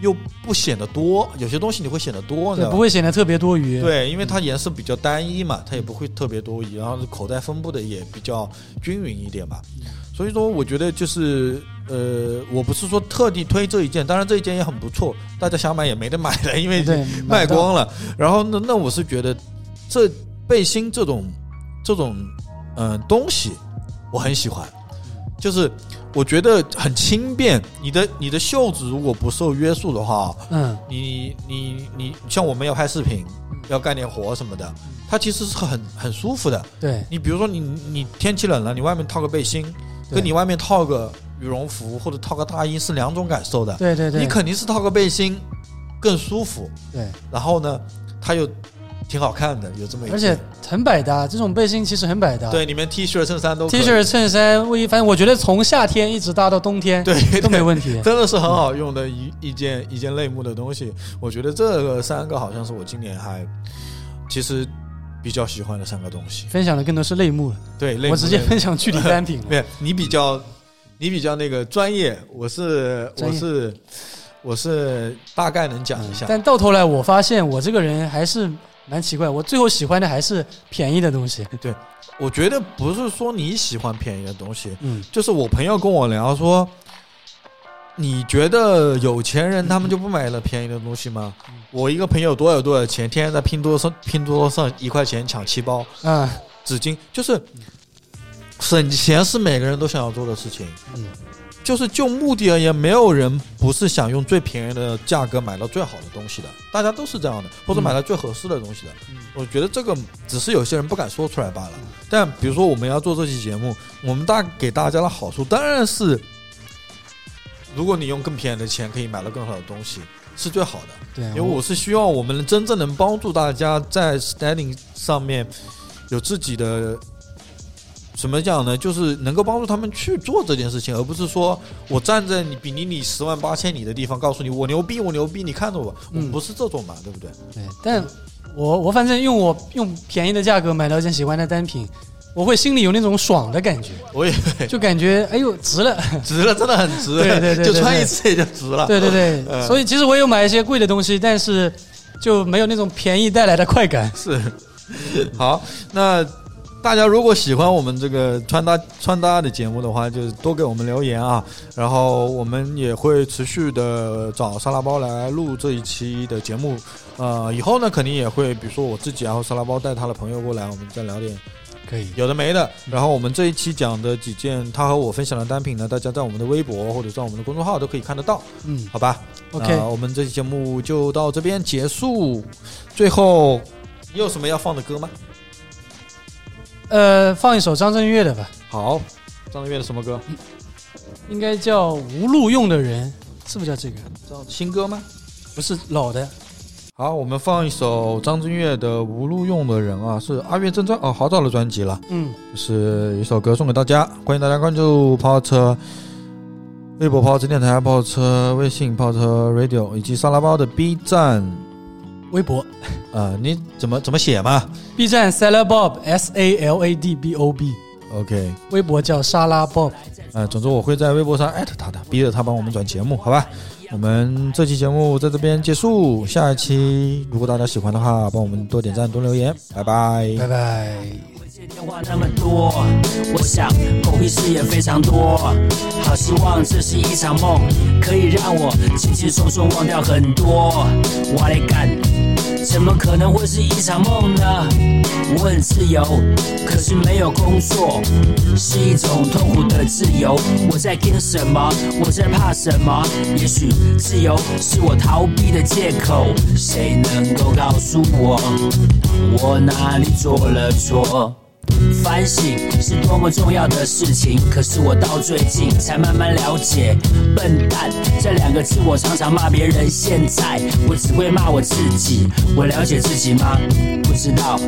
又不显得多，有些东西你会显得多，你知对，道不吧？会显嗯得特别多余。，对，因为它颜色比较单一嘛，它也不会特别多疑，然后口袋分布的也比较均匀一点嘛，嗯所以说我觉得就是呃，我不是说特地推这一件，当然这一件也很不错，大家想买也没得买了，因为对， 卖到 光了。然后呢，那我是觉得这背心这种这种嗯、呃东西，我很喜欢，嗯就是我觉得很轻便。你的你的袖子如果不受约束的话，嗯，你你你像我们要拍视频，要干点活什么的，嗯它其实是很很舒服的。对，你比如说你你天气冷了，你外面套个背心，对跟你外面套个羽绒服或者套个大衣是两种感受的。对对对，你肯定是套个背心更舒服。对，然后呢，它又挺好看的，有这么一件，而且很百搭，这种背心其实很百搭。对里面 T 恤、衬衫都可以 T 恤、衬衫、卫衣，反正我觉得从夏天一直搭到冬天，对都没题。问题。真的是很好用的一一件一件类目的东西，我觉得这个三个好像是我今年还其实比较喜欢的三个东西。分享的更多是类目了，对，类目我直接类目分享具体单品了。没有你比较你比较那个专业，我是我专业是我是大概能讲一下。嗯但到头来，我发现我这个人还是蛮奇怪，我最后喜欢的还是便宜的东西。我觉得不是说你喜欢便宜的东西，嗯，就是我朋友跟我聊说，你觉得有钱人他们就不买了便宜的东西吗？我一个朋友多少多少钱，天天在拼多多上拼多多上一块钱抢七包啊，纸巾，就是省钱是每个人都想要做的事情。嗯，就是就目的而言，没有人不是想用最便宜的价格买到最好的东西的，大家都是这样的，或者嗯买到最合适的东西的。嗯我觉得这个只是有些人不敢说出来罢了。但比如说我们要做这期节目，我们大给大家的好处当然是，如果你用更便宜的钱可以买到更好的东西，是最好的。对，因为我是希望我们真正能帮助大家在 standing 上面有自己的怎么讲呢？就是能够帮助他们去做这件事情，而不是说我站在你比你你十万八千里的地方，告诉你我牛逼，我牛逼，你看着我，我嗯不是这种嘛，对不对？对，但我我反正用我用便宜的价格买到一件喜欢的单品，我会心里有那种爽的感觉， 我也就感觉哎呦值了。值了，真的很值，对对对对 就穿一次也就值了。对对对， 嗯所以其实我有买一些贵的东西，但是就没有那种便宜带来的快感。是， 好，那大家如果喜欢我们这个穿搭穿搭的节目的话，就多给我们留言啊。然后我们也会持续的找沙拉包来录这一期的节目。呃，以后呢，肯定也会，比如说我自己，然后啊沙拉包带他的朋友过来，我们再聊点可以，有的没的。然后我们这一期讲的几件他和我分享的单品呢，大家在我们的微博或者在我们的公众号都可以看得到，嗯好吧？ ，OK，那我们这期节目就到这边结束。最后，你有什么要放的歌吗？呃，放一首张震岳的吧，好，张震岳的什么歌？应该叫《无路用的人》，是不是叫这个？张新歌吗？不是老的，好，我们放一首张震岳的《无路用的人》啊，是《阿月正传》哦，好早的专辑了，嗯，就是一首歌送给大家，欢迎大家关注泡泡车。微博泡泡车电台、泡泡车微信、泡泡车 radio 以及沙拉包的 B 站，微博、呃，你怎么怎么写嘛 B 站 Salad Bob S A L A D B O B， ？OK，微博叫沙拉 Bob。呃，总之我会在微博上艾特他的，逼着他帮我们转节目，好吧？我们这期节目在这边结束，下一期如果大家喜欢的话，帮我们多点赞、多留言，拜拜。拜拜。接电话那么多，我想狗屁事也非常多。好希望这是一场梦，可以让我轻轻松松忘掉很多。我嘞干，怎么可能会是一场梦呢？我很自由，可是没有工作，是一种痛苦的自由。我在听什么？我在怕什么？也许自由是我逃避的借口，谁能够告诉我，我哪里做了错？反省是多么重要的事情，可是我到最近才慢慢了解，笨蛋这两个字我常常骂别人，现在我只会骂我自己。我了解自己吗？不知道，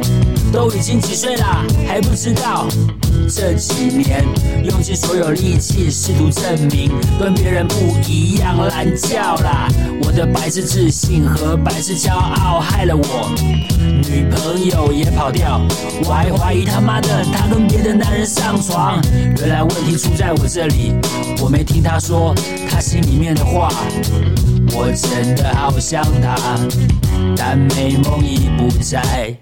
都已经几岁啦，还不知道。这几年用尽所有力气，试图证明跟别人不一样，懒觉啦。我的白痴自信和白痴骄傲害了我。女朋友也跑掉，我还怀疑他妈的他跟别的男人上床。原来问题出在我这里，我没听他说他心里面的话。我真的好想他，但美梦已不在。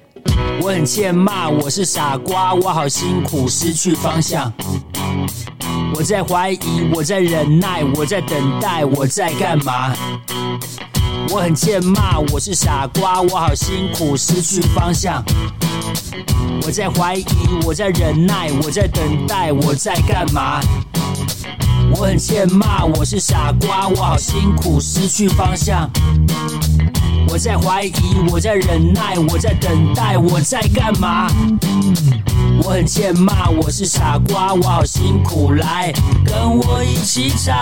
我很欠骂，我是傻瓜，我好辛苦，失去方向。我在怀疑，我在忍耐，我在等待，我在干嘛？我很欠骂，我是傻瓜，我好辛苦，失去方向。我在怀疑，我在忍耐，我在等待，我在干嘛？我很欠骂，我是傻瓜，我好辛苦，失去方向。我在怀疑，我在忍耐，我在等待，我在干嘛？我很欠骂，我是傻瓜，我好辛苦，来跟我一起唱，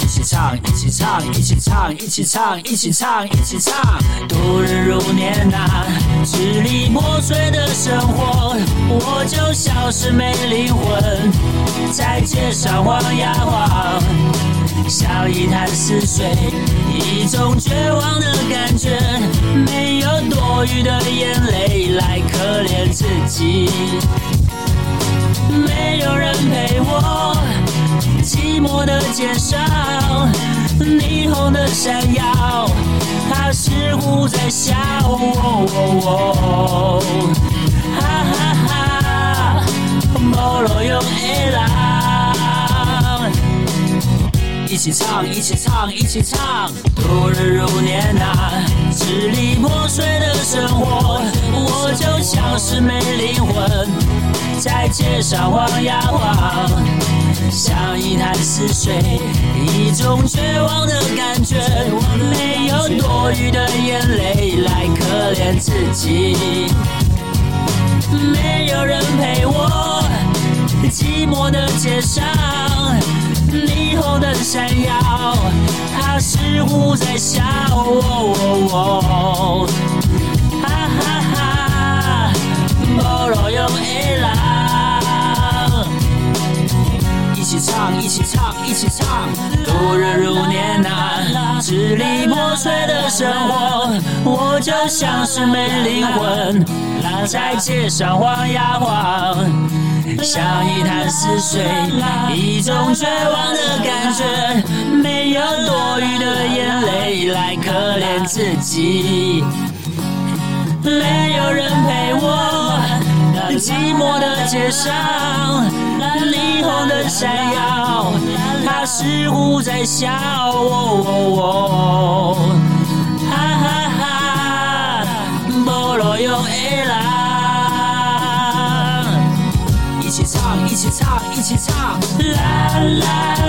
一起唱，一起唱，一起唱，一起唱，一起唱，一起唱，度日如年呐、支离破碎的生活，我就像是没灵魂，在街上晃呀晃，像一潭死水，一种绝望的感觉，没有多余的眼泪来可怜自己，没有人陪我，寂寞的街上，霓虹的闪耀，它似乎在笑，哦哦哦哈哈哈，无路用的人。一起唱，一起唱，一起唱，度日如年呐、支离破碎的生活，我就像是没灵魂，在街上晃呀晃，像一潭死水，一种绝望的感觉，没有多余的眼泪来可怜自己，没有人陪我。寂寞的街上，霓虹的闪耀，它似乎在笑，哦哦哦哈哈哈，无路用的人。起唱，一起唱。度日如年呐、支离破碎的生活，我就像是没灵魂，烂在街上晃呀晃，像一滩死水，一种绝望的感觉，没有多余的眼泪来可怜自己。没有人陪我，寂寞的街上，霓虹灯闪耀，它似乎在笑哦哦哦哈哈哈，无路用的人。一起唱，一起唱，一起唱，啦啦